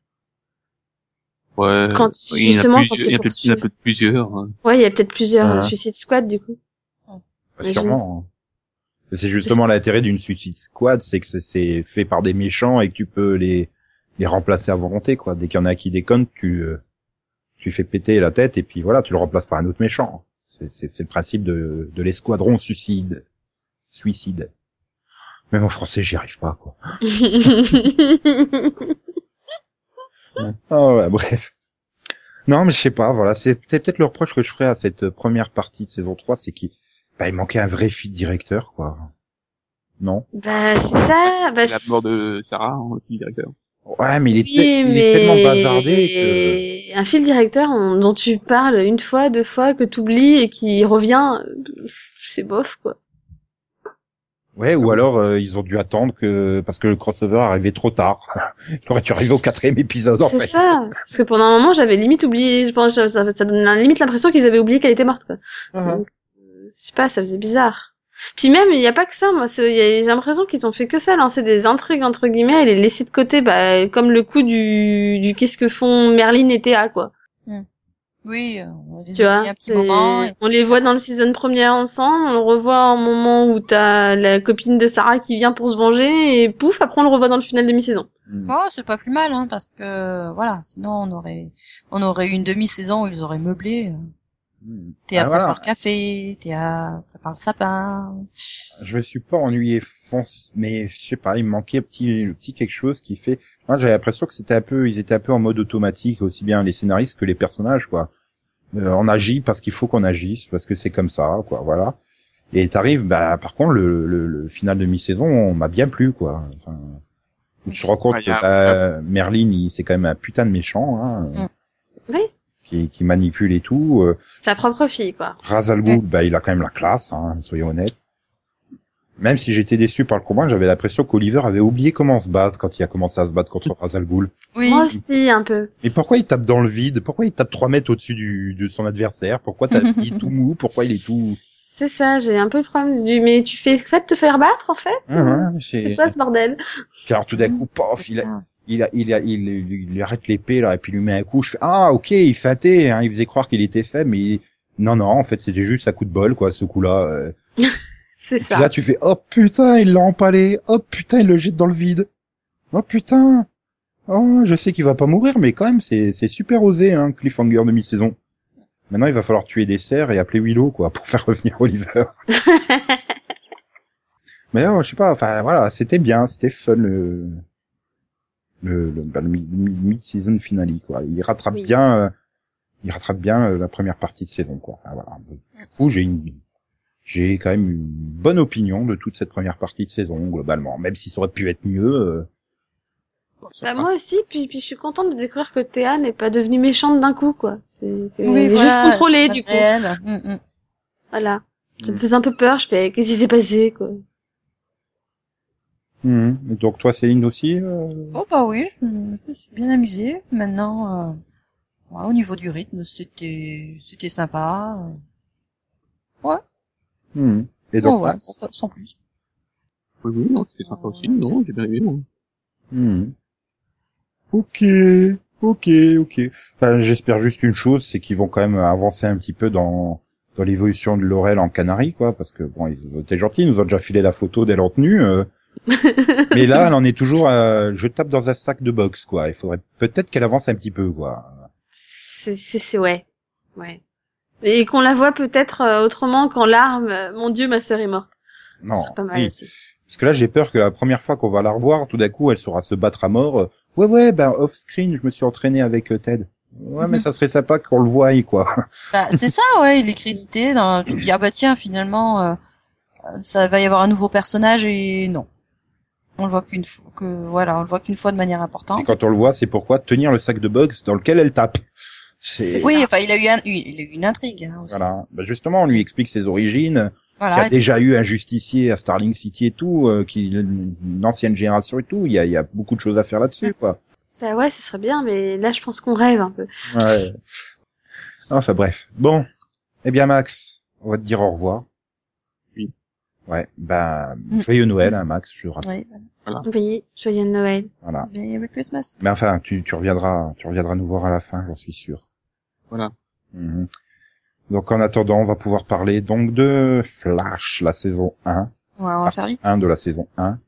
Speaker 4: Ouais.
Speaker 5: Quand,
Speaker 4: Oui, il y en a
Speaker 5: justement, quand
Speaker 4: plusieurs-
Speaker 5: ils
Speaker 4: il y en a peut-être- il y en a peut-être plusieurs. hein.
Speaker 5: euh, Ouais, il y a peut-être plusieurs
Speaker 2: Ah.
Speaker 5: euh, Suicide Squad du coup.
Speaker 2: Bah, sûrement. hein. C'est justement l'intérêt d'une Suicide Squad, c'est que c'est- c'est fait par des méchants et que tu peux les les remplacer à volonté quoi. Dès qu'il y en a qui déconne, tu euh, tu fais péter la tête et puis voilà, tu le remplaces par un autre méchant. C'est- C'est c'est le principe de de l'escadron suicide. Suicide. Même en français, j'y arrive pas quoi. Ah ouais, bref. Non, mais je sais pas, voilà, c'est c'est peut-être le reproche que je ferais à cette première partie de saison 3, c'est qu'il bah, il manquait un vrai fil directeur, quoi. Non
Speaker 5: bah, c'est ça. Bah,
Speaker 4: C'est la mort de Sarah, hein, le directeur.
Speaker 2: Ouais, mais il est,
Speaker 5: Oui,
Speaker 2: te- il est
Speaker 5: mais-
Speaker 2: tellement bazardé
Speaker 5: Un fil directeur on- dont tu parles une fois, deux fois, que t'oublies et qui revient, euh, c'est bof, quoi.
Speaker 2: que... Ouais, ou alors euh, ils ont dû attendre que... parce que le crossover arrivait trop tard. il aurait dû arriver au quatrième épisode, en
Speaker 5: c'est
Speaker 2: fait.
Speaker 5: ça. Parce que pendant un moment, j'avais limite oublié, je pense, ça, ça donne la- limite l'impression qu'ils avaient oublié qu'elle était morte, quoi.
Speaker 2: Ah,
Speaker 5: Donc, euh, je sais pas, ça faisait bizarre. Puis même, il n'y a pas que ça, moi, c'est- y a- j'ai l'impression qu'ils ont fait que ça, lancer des intrigues, entre guillemets, et les laisser de côté, bah, comme le coup du, du qu'est-ce que font Merlin et Théa, quoi.
Speaker 3: Oui, euh, on les
Speaker 5: Tu vois,
Speaker 3: oublie un petit
Speaker 5: c'est-
Speaker 3: moment. et
Speaker 5: on
Speaker 3: puis-
Speaker 5: les voit dans le season première ensemble, on le revoit au moment où t'as la copine de Sarah qui vient pour se venger, et pouf, après on le revoit dans le final de mi-saison.
Speaker 2: hmm.
Speaker 3: Oh, c'est pas plus mal, hein, parce que voilà, sinon on aurait on aurait eu une demi-saison où ils auraient meublé. euh,
Speaker 2: Hmm.
Speaker 3: Théa
Speaker 2: Ah,
Speaker 3: prépare
Speaker 2: voilà.
Speaker 3: le café, Théa prépare le sapin.
Speaker 2: Je me suis pas ennuyé fonce, mais je sais pas, il me manquait un petit, le petit quelque chose qui fait. Moi, j'avais l'impression que c'était un peu, ils étaient un peu en mode automatique, aussi bien les scénaristes que les personnages, quoi. Euh, on agit parce qu'il faut qu'on agisse, parce que c'est comme ça, quoi, voilà. Et t'arrives, bah, par contre, le, le, le final de mi-saison, on m'a bien plu, quoi. Enfin, où tu te rends compte
Speaker 4: Ouais, y
Speaker 2: que
Speaker 4: a un-
Speaker 2: bah, Merlin, il c'est quand même un putain de méchant, hein,
Speaker 3: Mm.
Speaker 5: Oui.
Speaker 2: qui, qui manipule et tout. Euh,
Speaker 5: Sa propre fille, quoi.
Speaker 2: Razal Ghul, bah, il a quand même la classe, hein, soyons honnêtes. Même si j'étais déçu par le combat, j'avais l'impression qu'Oliver avait oublié comment on se battre quand il a commencé à se battre contre Razal Ghul.
Speaker 3: Oui,
Speaker 5: Moi aussi, un peu.
Speaker 2: Mais pourquoi il tape dans le vide Pourquoi il tape 3 mètres au-dessus du, de son adversaire Pourquoi t'as- il est tout mou Pourquoi il est tout...
Speaker 5: C'est ça, j'ai un peu le problème du, mais tu fais exprès de te faire battre, en fait?
Speaker 2: Hein, hein,
Speaker 5: C'est
Speaker 2: c'est-
Speaker 5: quoi ce bordel?
Speaker 2: Puis alors tout d'un coup, pof,
Speaker 3: c'est
Speaker 2: il, a-
Speaker 3: ça.
Speaker 2: il, a- il, a- il, il- il arrête l'épée là et puis il lui met un coup. Je fais ah ok, il feintait. Hein, il faisait croire qu'il était faible, mais il- non non, en fait c'était juste un coup de bol quoi, ce coup-là. euh.
Speaker 5: C'est
Speaker 2: Et puis là
Speaker 5: ça.
Speaker 2: tu fais oh putain, il l'a empalé. Oh putain, il le jette dans le vide. Oh putain. Oh, je sais qu'il va pas mourir, mais quand même c'est c'est super osé hein, cliffhanger de mi-saison. Maintenant il va falloir tuer des cerfs et appeler Willow quoi pour faire revenir Oliver. Mais non, je sais pas, enfin voilà, c'était bien, c'était fun le le, le, bah, le mi- mi- mid-season finale quoi. Il rattrape
Speaker 5: Oui.
Speaker 2: bien euh, il rattrape bien euh, la première partie de saison quoi. Enfin, voilà. Donc,
Speaker 3: Mm.
Speaker 2: Du coup, j'ai une j'ai quand même une bonne opinion de toute cette première partie de saison globalement, même si ça aurait pu être mieux. euh, ça
Speaker 5: Bah,
Speaker 2: passe.
Speaker 5: moi aussi, puis, puis je suis contente de découvrir que Théa n'est pas devenue méchante d'un coup, quoi. C'est, qu'elle
Speaker 3: Oui,
Speaker 5: est
Speaker 3: voilà,
Speaker 5: juste contrôlée,
Speaker 3: c'est
Speaker 5: du coup.
Speaker 3: réel. Mm, mm.
Speaker 5: Voilà. Ça me
Speaker 2: Mm.
Speaker 5: faisait un peu peur, je fais, qu'est-ce qui s'est passé, quoi.
Speaker 2: Mhm. Et Donc toi Céline aussi euh,
Speaker 3: Oh bah oui, je, me- je me suis bien amusée. Maintenant, euh, ouais, au niveau du rythme, c'était c'était sympa.
Speaker 2: mhm. Et
Speaker 3: Oh,
Speaker 2: donc
Speaker 3: ouais,
Speaker 2: Max
Speaker 3: sans plus.
Speaker 4: Oui, oui, non, c'était
Speaker 5: Oh.
Speaker 4: sympa aussi. Non, j'ai bien aimé, moi.
Speaker 2: Hmm. Ok, ok, ok. Enfin, J'espère juste une chose, c'est qu'ils vont quand même avancer un petit peu dans dans l'évolution de Laurel en Canaries, quoi, parce que bon, ils ont été gentils, ils nous ont déjà filé la photo d'elle en tenue, euh. mais là, elle en est toujours, à- je tape dans un sac de boxe, quoi. Il faudrait peut-être qu'elle avance un petit peu, quoi.
Speaker 5: C'est, c'est, c'est- ouais. Ouais. Et qu'on la voit peut-être euh, autrement qu'en larmes, euh, mon dieu, ma sœur est morte.
Speaker 2: Non,
Speaker 5: Ce serait pas mal
Speaker 2: Oh, oui.
Speaker 5: aussi.
Speaker 2: parce que là, j'ai peur que la première fois qu'on va la revoir, tout d'un coup, elle saura se battre à mort. euh, Ouais, ouais, ben off screen, je me suis entraîné avec euh, Ted. Ouais, mais
Speaker 3: Mhm.
Speaker 2: ça serait sympa qu'on le voie, quoi.
Speaker 3: Bah, c'est ça, ouais, il est crédité. Dans... Tu te dis, ah bah tiens, finalement, euh, euh, ça va y avoir un nouveau personnage et non. On le voit qu'une fois, que, voilà, on le voit qu'une fois de manière
Speaker 2: Et
Speaker 3: importante.
Speaker 2: quand on le voit, c'est pourquoi tenir le sac de box dans lequel elle tape. C'est
Speaker 3: Oui, enfin, il a eu un, il a eu une intrigue, hein, aussi.
Speaker 2: voilà. Bah, justement, on lui explique ses origines,
Speaker 3: Voilà,
Speaker 2: qu'il y a
Speaker 3: et puis-
Speaker 2: déjà eu un justicier à Starling City et tout, euh, qu'il une ancienne génération et tout. Il y a, il y a beaucoup de choses à faire là-dessus, quoi.
Speaker 5: Bah ouais, ce serait bien, mais là, je pense qu'on rêve un peu.
Speaker 2: Ouais. Enfin bref. Bon, eh bien Max, on va te dire au revoir.
Speaker 4: Oui.
Speaker 2: Ouais. Bah
Speaker 3: Mm.
Speaker 2: joyeux Noël, hein, Max. Je rappelle.
Speaker 3: Oui,
Speaker 5: Oui, joyeux Noël.
Speaker 2: Voilà.
Speaker 3: Merry Christmas.
Speaker 2: Mais enfin, tu, tu reviendras, tu reviendras nous voir à la fin, j'en suis sûr.
Speaker 4: Voilà.
Speaker 2: Mhm. Donc en attendant, on va pouvoir parler donc de Flash, la saison 1.
Speaker 3: Ouais, on va faire
Speaker 2: partie
Speaker 3: vite.
Speaker 2: 1 de la saison 1.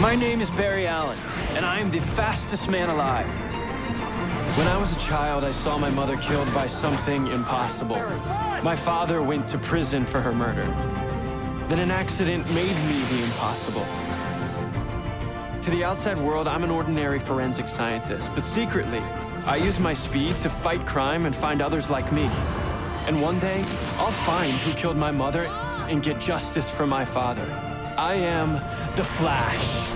Speaker 6: My name is Barry Allen, and I am the fastest man alive. When I was a child, I saw my mother killed by something impossible. My father went to prison for her murder. Then an accident made me the impossible. To the outside world, I'm an ordinary forensic scientist, but secretly, I use my speed to fight crime and find others like me. And one day, I'll find who killed my mother and get justice for my father. I am the Flash.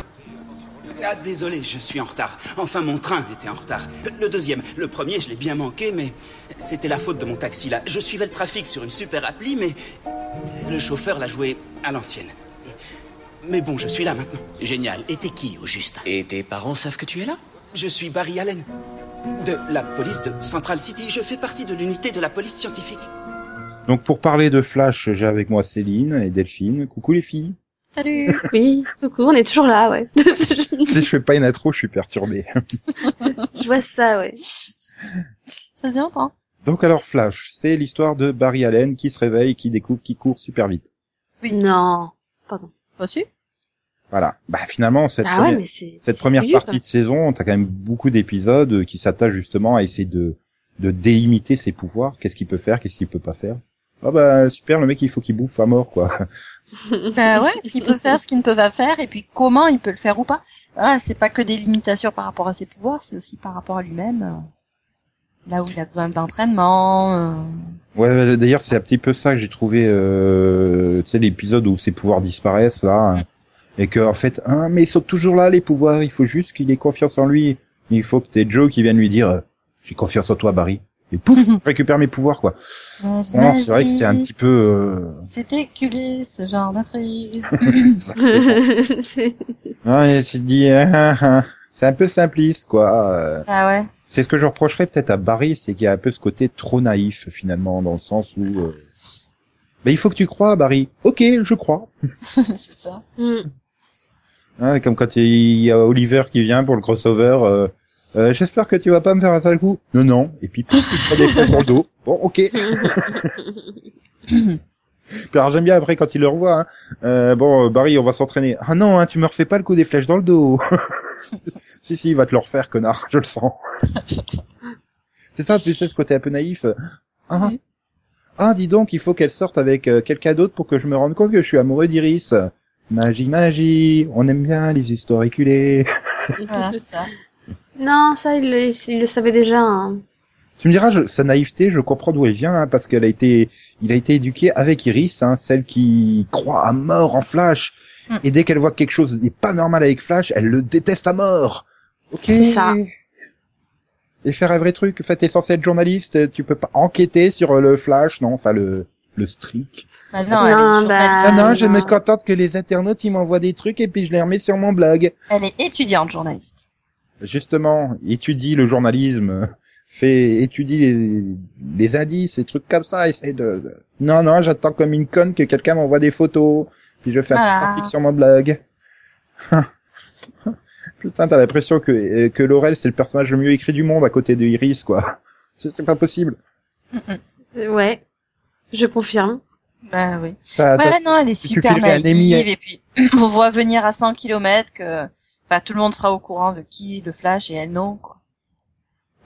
Speaker 7: Ah, désolé, je suis en retard. Enfin, mon train était en retard. Le deuxième, le premier, je l'ai bien manqué, mais c'était la faute de mon taxi là. Je suivais le trafic sur une super appli, mais le chauffeur l'a joué à l'ancienne. Mais bon, je suis là maintenant.
Speaker 1: Génial.
Speaker 7: Et t'es qui, au juste
Speaker 1: Et tes parents savent que tu es là
Speaker 7: Je suis Barry Allen, de la police de Central City. Je fais partie de l'unité de la police scientifique.
Speaker 2: Donc pour parler de Flash, j'ai avec moi Céline et Delphine. Coucou les filles.
Speaker 3: Salut
Speaker 5: Oui, coucou, on est toujours là, ouais. je
Speaker 2: si je fais pas une intro, je suis perturbé.
Speaker 5: vois ça, ouais.
Speaker 3: Ça faisait longtemps.
Speaker 2: Donc alors Flash, c'est l'histoire de Barry Allen qui se réveille, qui découvre qu'il court super vite.
Speaker 5: Non.
Speaker 3: Bah si.
Speaker 2: Voilà. Bah finalement cette
Speaker 5: Ah
Speaker 2: première,
Speaker 5: ouais, mais c'est.
Speaker 2: cette
Speaker 5: c'est
Speaker 2: première
Speaker 5: curieux,
Speaker 2: partie de saison, t'as quand même beaucoup d'épisodes euh, qui s'attachent justement à essayer de de déimiter ses pouvoirs. Qu'est-ce qu'il peut faire, qu'est-ce qu'il peut pas faire. Ah bah super, le mec il faut qu'il bouffe à mort quoi.
Speaker 3: Bah ouais, ce qu'il peut faire, ce qu'il ne peut pas faire, et puis comment il peut le faire ou pas. Ah, c'est pas que des limitations par rapport à ses pouvoirs, c'est aussi par rapport à lui-même. euh, Là où il a besoin d'entraînement. euh.
Speaker 2: Ouais, d'ailleurs, c'est un petit peu ça que j'ai trouvé, euh, tu sais, l'épisode où ses pouvoirs disparaissent, là. hein, Et que, en fait, ah, mais ils sont toujours là, les pouvoirs, il faut juste qu'il ait confiance en lui. Il faut que t'aies Joe qui vienne lui dire, euh, j'ai confiance en toi, Barry. Et pouf, je récupère mes pouvoirs, quoi.
Speaker 3: Ouais,
Speaker 2: Non, c'est vrai que c'est un
Speaker 3: vas-y.
Speaker 2: petit peu, euh,
Speaker 3: C'était culé, ce genre d'intrigue.
Speaker 5: quoi.
Speaker 2: hein, et tu te dis, ah, ah, ah, c'est un peu simpliste, quoi. euh,
Speaker 3: ah ouais.
Speaker 2: C'est ce que je reprocherais peut-être à Barry, c'est qu'il y a un peu ce côté trop naïf finalement, dans le sens où, euh, bah, il faut que tu crois, Barry. Ok, je crois.
Speaker 3: c'est ça.
Speaker 5: Hmm.
Speaker 2: Hein, comme quand il y a Oliver qui vient pour le crossover. euh, euh, J'espère que tu vas pas me faire un sale coup. Non, non. Et puis, pouf, il se prend des fesses dans le dos. Bon, ok. Puis alors, j'aime bien après quand il le revoit. Hein, euh, bon, euh, Barry, on va s'entraîner. Ah non, hein, tu me refais pas le coup des flèches dans le dos. si, si, il va te le refaire, connard. Je le sens. C'est ça, tu sais, ce côté un peu naïf. Ah,
Speaker 3: Oui.
Speaker 2: ah dis donc, il faut qu'elle sorte avec euh, quelqu'un d'autre pour que je me rende compte que je suis amoureux d'Iris. Magie, magie, on aime bien les histoires éculées.
Speaker 3: Voilà, c'est ça.
Speaker 5: non, ça, il le, il le savait déjà. hein.
Speaker 2: Tu me diras, je- sa naïveté, je comprends d'où elle vient, hein, parce qu'elle a été, il a été éduqué avec Iris, hein, celle qui croit à mort en Flash.
Speaker 5: Hmm.
Speaker 3: Mm.
Speaker 2: Et dès qu'elle voit que quelque chose n'est pas normal avec Flash, elle le déteste à mort. Ok.
Speaker 5: C'est ça.
Speaker 2: Et faire un vrai truc. En fait, t'es censé être journaliste, tu peux pas enquêter sur le Flash, non, enfin le, le streak.
Speaker 3: Maintenant, Bah elle, est
Speaker 5: Non,
Speaker 3: journaliste.
Speaker 5: Ah,
Speaker 2: Ah non, je
Speaker 5: non.
Speaker 2: me contente que les internautes, ils m'envoient des trucs et puis je les remets sur mon blog.
Speaker 3: elle est étudiante journaliste.
Speaker 2: justement, étudie le journalisme, fait étudie les, les indices, les trucs comme ça, essaie de, de- Non, non, j'attends comme une conne que quelqu'un m'envoie des photos, puis je fais un petit
Speaker 3: Voilà.
Speaker 2: article sur mon blog. Putain, t'as l'impression que, euh, que Laurel, c'est le personnage le mieux écrit du monde à côté de Iris, quoi. C'est c'est pas possible.
Speaker 3: Mm-mm.
Speaker 5: Euh, Ouais. Je confirme.
Speaker 3: Bah oui.
Speaker 2: Ça,
Speaker 3: Ouais, non, elle est
Speaker 2: tu
Speaker 3: super
Speaker 2: filerais un
Speaker 3: naïve.
Speaker 2: Emmy à-
Speaker 3: Et puis, on voit venir à 100 km que, enfin, tout le monde sera au courant de qui le Flash et elle non, quoi.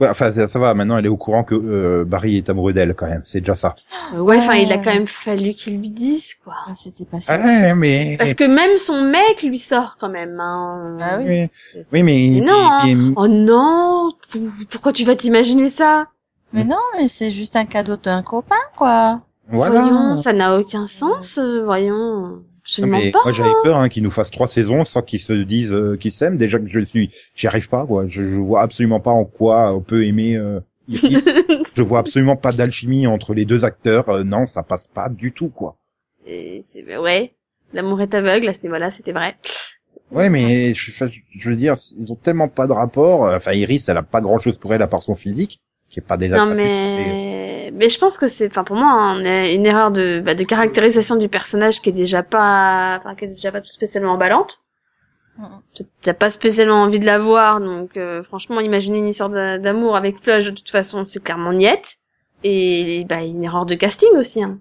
Speaker 2: ouais, enfin, ça, ça va, maintenant elle est au courant que euh, Barry est amoureux d'elle, quand même, c'est déjà ça.
Speaker 5: Euh, ouais, enfin, il a
Speaker 3: Ouais.
Speaker 5: quand même fallu qu'il lui dise, quoi.
Speaker 3: Ah, C'était pas sûr.
Speaker 2: Ah, ouais, mais...
Speaker 5: Parce que même son mec lui sort quand même. Hein.
Speaker 3: Ah oui.
Speaker 2: Oui,
Speaker 5: C'est- c'est-
Speaker 2: oui, mais...
Speaker 5: Mais non,
Speaker 2: mais- mais-
Speaker 5: Oh non Pou- Pourquoi tu vas t'imaginer ça
Speaker 3: Mais non, mais c'est juste un cadeau d'un copain, quoi.
Speaker 2: Voilà.
Speaker 5: Voyons, ça n'a aucun sens, euh, voyons. Je
Speaker 2: Ah bah Non, Ah, mais
Speaker 5: pas.
Speaker 2: moi j'avais peur hein, qu'ils nous fassent trois saisons sans qu'ils se disent euh, qu'ils s'aiment. Déjà que je le suis, j'y arrive pas quoi. Je, je vois absolument pas en quoi on peut aimer euh, Iris. je vois absolument pas d'alchimie entre les deux acteurs. Euh, non, ça passe pas du tout quoi.
Speaker 5: Et c'est- bah ouais, l'amour est aveugle à ce niveau-là, c'était vrai.
Speaker 2: Ouais, mais je, enfin, je veux dire, ils ont tellement pas de rapport. Enfin, Iris, elle a pas grand chose pour elle à part son physique, qui est pas
Speaker 5: Non
Speaker 2: désagréable.
Speaker 5: mais mais je pense que c'est, enfin pour moi, hein, on a une erreur de bah, de caractérisation du personnage qui est déjà pas, enfin qui est déjà pas spécialement emballante.
Speaker 3: Mhm.
Speaker 5: T'as pas spécialement envie de la voir, donc euh, franchement, imaginer une histoire d'a- d'amour avec Flash, de toute façon, c'est clairement niette. Et bah une erreur de casting aussi. Hein.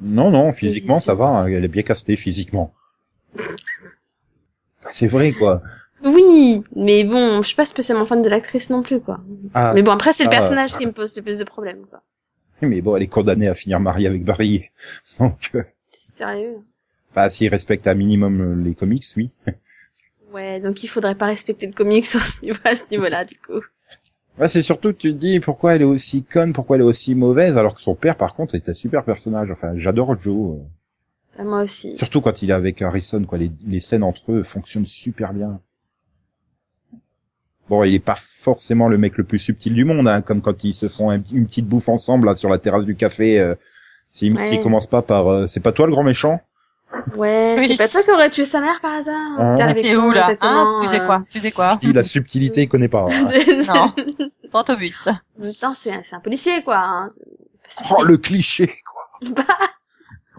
Speaker 2: Non, non, physiquement, ça va. hein, Elle est bien castée physiquement. Bah, C'est vrai, quoi.
Speaker 5: Oui, mais bon, je suis pas spécialement fan de l'actrice non plus, quoi.
Speaker 2: Ah,
Speaker 5: mais bon, après, c'est le
Speaker 2: ça, euh,
Speaker 5: personnage qui me pose le plus de problèmes, quoi.
Speaker 2: Mais bon, elle est condamnée à finir mariée avec Barry. Donc, euh,
Speaker 5: C'est sérieux.
Speaker 2: bah, s'il respecte un minimum euh, les comics, oui.
Speaker 5: Ouais, donc il faudrait pas respecter le comics sur ce niveau- à ce niveau-là, du coup.
Speaker 2: Bah, c'est surtout que tu te dis pourquoi elle est aussi conne, pourquoi elle est aussi mauvaise, alors que son père, par contre, est un super personnage. Enfin, j'adore Joe. euh.
Speaker 5: Ah, Moi aussi.
Speaker 2: Surtout quand il est avec Harrison, quoi. Les, les scènes entre eux fonctionnent super bien. Bon, il est pas forcément le mec le plus subtil du monde, hein, comme quand ils se font un- une petite bouffe ensemble là, sur la terrasse du café. Euh, S'ils
Speaker 5: Ouais.
Speaker 2: s'ils commencent pas par euh, c'est pas toi le grand méchant
Speaker 5: Ouais,
Speaker 3: Oui.
Speaker 5: c'est pas toi qui aurais tué sa mère par hasard
Speaker 2: Ah.
Speaker 5: T'es
Speaker 2: Ah,
Speaker 5: arrivé
Speaker 3: T'es
Speaker 5: comment,
Speaker 3: où là Hein
Speaker 5: exactement,
Speaker 3: Tu sais
Speaker 5: euh,
Speaker 3: quoi Tu sais quoi
Speaker 2: Si la subtilité, il connaît pas. hein.
Speaker 3: Non. Porte au but.
Speaker 5: En même temps, c'est un, c'est un policier, quoi. hein. C'est pas
Speaker 2: Oh,
Speaker 5: subtil.
Speaker 2: le cliché, quoi.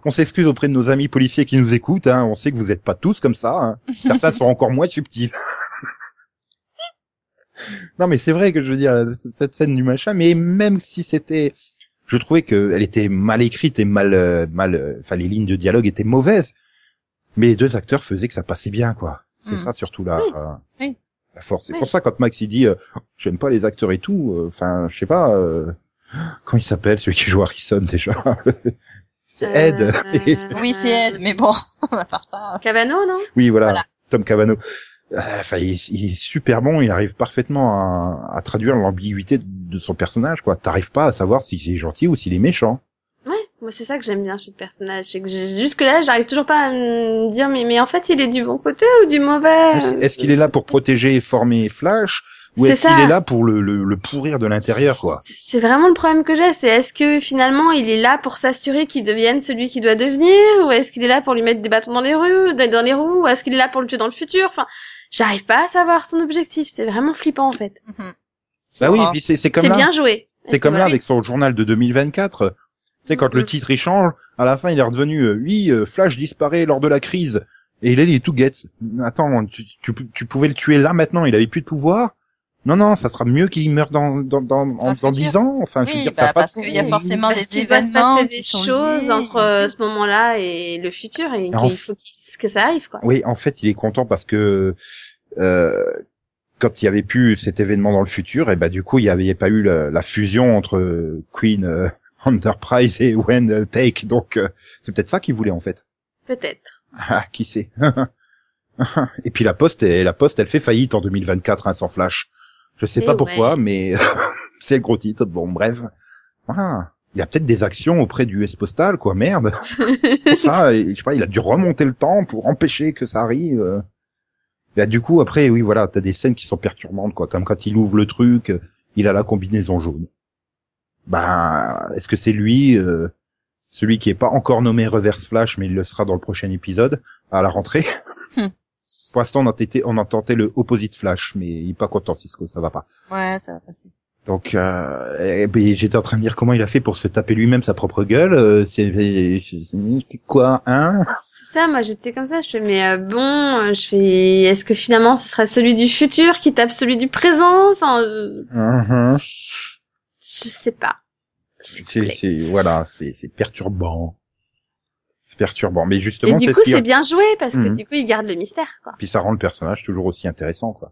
Speaker 2: on s'excuse auprès de nos amis policiers qui nous écoutent, hein. On sait que vous êtes pas tous comme ça, hein. Certains sont encore moins subtils. non, mais c'est vrai que je veux dire, cette scène du machin, mais même si c'était, je trouvais que elle était mal écrite et mal, euh, mal, euh, enfin, les lignes de dialogue étaient mauvaises. Mais les deux acteurs faisaient que ça passait bien, quoi. C'est
Speaker 3: Mm.
Speaker 2: ça, surtout, la,
Speaker 5: Hmm. Oui.
Speaker 2: euh,
Speaker 3: Oui.
Speaker 2: la force. C'est
Speaker 5: Oui.
Speaker 2: pour ça, quand Max, il dit, euh, j'aime pas les acteurs et tout, euh, enfin, je sais pas, euh, comment il s'appelle, celui qui joue Harrison, déjà? c'est Ed. Et-
Speaker 5: Euh,
Speaker 3: Oui, c'est Ed, mais bon, à part ça.
Speaker 5: Cavano, non
Speaker 2: oui, voilà,
Speaker 3: Voilà.
Speaker 2: Tom Cavano. Euh, Enfin, il, est- il est super bon. Il arrive parfaitement à, à traduire l'ambiguïté de, de son personnage. Quoi, t'arrives pas à savoir s'il est gentil ou s'il est méchant.
Speaker 5: Ouais, moi c'est ça que j'aime bien chez le personnage. C'est que j'ai- jusque-là, j'arrive toujours pas à me dire, mais, mais en fait, il est du bon côté ou du mauvais
Speaker 2: Est-ce est-ce qu'il est là pour protéger et former Flash ou
Speaker 5: Euh, C'est
Speaker 2: est-ce qu'il
Speaker 5: ça.
Speaker 2: est là pour le, le, le pourrir de l'intérieur quoi Bah
Speaker 5: C'est c'est vraiment le problème que j'ai, c'est est-ce que finalement il est là pour s'assurer qu'il devienne celui qu'il doit devenir, ou est-ce qu'il est là pour lui mettre des bâtons dans les roues, dans dans les roues, ou est-ce qu'il est là pour le tuer dans le futur Enfin, j'arrive pas à savoir son objectif. C'est vraiment flippant en fait.
Speaker 3: Mhm.
Speaker 2: Bah oui,
Speaker 3: Ah.
Speaker 2: puis c'est c'est comme
Speaker 5: C'est
Speaker 2: là,
Speaker 5: bien joué.
Speaker 2: c'est comme là
Speaker 5: Oui.
Speaker 2: avec son journal de 2024. Tu sais quand le
Speaker 3: Mm.
Speaker 5: Mhm.
Speaker 2: titre il change, à la fin il est redevenu euh, oui euh, Flash disparaît lors de la crise et là il est tout guette. Attends, tu, tu, tu pouvais le tuer là maintenant, il avait plus de pouvoir. Non non, ça sera mieux qu'il meure dans dans dans
Speaker 3: Dans
Speaker 2: en-
Speaker 3: le
Speaker 2: dans
Speaker 3: futur.
Speaker 2: 10 ans. Enfin, je veux
Speaker 3: Oui,
Speaker 2: dire, ça a
Speaker 3: bah,
Speaker 2: pas
Speaker 3: parce
Speaker 2: de
Speaker 3: qu'il y a
Speaker 2: sens.
Speaker 3: forcément
Speaker 5: Parce
Speaker 3: des
Speaker 5: qu'il va se
Speaker 3: événements
Speaker 5: passer
Speaker 3: qui
Speaker 5: des
Speaker 3: sont
Speaker 5: choses
Speaker 3: liés.
Speaker 5: entre euh, ce moment-là et le futur et
Speaker 2: Alors,
Speaker 5: qu'il faut qu'il- que ça arrive quoi.
Speaker 2: Oui, en fait, il est content parce que euh, quand il y avait plus cet événement dans le futur, et ben du coup, il n'y avait pas eu la, la fusion entre euh, Queen euh, Enterprise et When euh, Take. Donc, euh, c'est peut-être ça qu'il voulait en fait.
Speaker 5: Peut-être.
Speaker 2: Ah, qui sait Et puis la Poste, elle, la Poste, elle fait faillite en 2024 hein, sans Flash. Je sais
Speaker 5: Eh
Speaker 2: pas
Speaker 5: ouais.
Speaker 2: pourquoi, mais c'est le gros titre. Bon, bref, voilà. Il a peut-être des actions auprès du S postal, quoi, merde. pour ça, il- je sais pas, il a dû remonter le temps pour empêcher que ça arrive. euh. Là, du coup, après, oui, voilà, t'as des scènes qui sont perturbantes, quoi, comme quand il ouvre le truc, euh, il a la combinaison jaune. Bah, est-ce que c'est lui, euh, celui qui est pas encore nommé Reverse Flash, mais il le sera dans le prochain épisode, à la rentrée
Speaker 3: Hmm.
Speaker 2: Pour l'instant, on a tenté, on a tenté le Opposite Flash, mais il est pas content, Cisco, ça va pas.
Speaker 3: Ouais, ça va passer.
Speaker 2: Donc, euh, eh ben, j'étais en train de dire comment il a fait pour se taper lui-même sa propre gueule. euh, c'est quoi, hein
Speaker 5: C'est ça, moi j'étais comme ça, je fais mais euh, bon, euh, je fais est-ce que finalement ce sera celui du futur qui tape celui du présent Enfin, euh,
Speaker 2: Mhm.
Speaker 5: je sais pas. C'est
Speaker 2: C'est
Speaker 5: complexe.
Speaker 2: c'est- voilà, c'est c'est perturbant, c'est perturbant. Mais
Speaker 5: Et
Speaker 2: justement,
Speaker 5: du
Speaker 2: c'est
Speaker 5: coup,
Speaker 2: ce qui
Speaker 5: c'est bien joué parce que
Speaker 2: Mhm.
Speaker 5: du coup, il garde le mystère quoi.
Speaker 2: puis ça rend le personnage toujours aussi intéressant, quoi.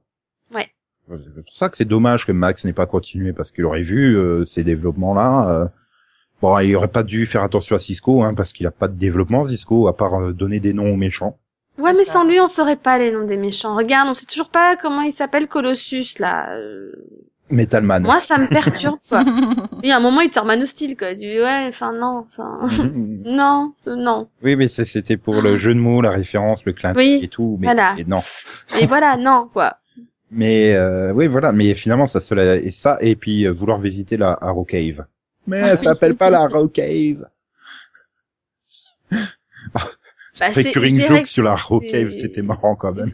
Speaker 2: Euh,
Speaker 5: Ouais.
Speaker 2: C'est pour ça que c'est dommage que Max n'ait pas continué parce qu'il aurait vu euh, ces développements-là. euh. Bon, il aurait pas dû faire attention à Cisco, hein, parce qu'il a pas de développement Cisco à part euh, donner des noms aux méchants.
Speaker 5: Ouais,
Speaker 3: C'est
Speaker 5: mais
Speaker 3: ça.
Speaker 5: sans lui, on saurait pas les noms des méchants. Regarde, on sait toujours pas comment il s'appelle Colossus là. Euh,
Speaker 2: Metalman.
Speaker 5: Moi, ça me perturbe quoi. Il y a un moment, il te sort Man Hostile, quoi. Tu dis ouais, enfin non, enfin
Speaker 2: Mhm.
Speaker 5: non, euh, non.
Speaker 2: Oui, mais c'est- c'était pour le jeu de mots, la référence, le clin d'œil
Speaker 5: Ah. Oui,
Speaker 2: et tout. Mais
Speaker 5: voilà.
Speaker 2: et non.
Speaker 5: Et voilà, non quoi.
Speaker 2: Mais euh, oui, voilà. Mais finalement, ça se la- et ça et puis euh, vouloir visiter la Harrow Cave. Mais
Speaker 5: Ah,
Speaker 2: elle
Speaker 5: oui.
Speaker 2: s'appelle pas la Harrow Cave.
Speaker 5: Bah,
Speaker 2: Fait
Speaker 5: c'est- je
Speaker 2: curing
Speaker 5: dirais
Speaker 2: joke
Speaker 5: que
Speaker 2: sur la Harrow
Speaker 5: c'est-
Speaker 2: Cave, c'était marrant quand même.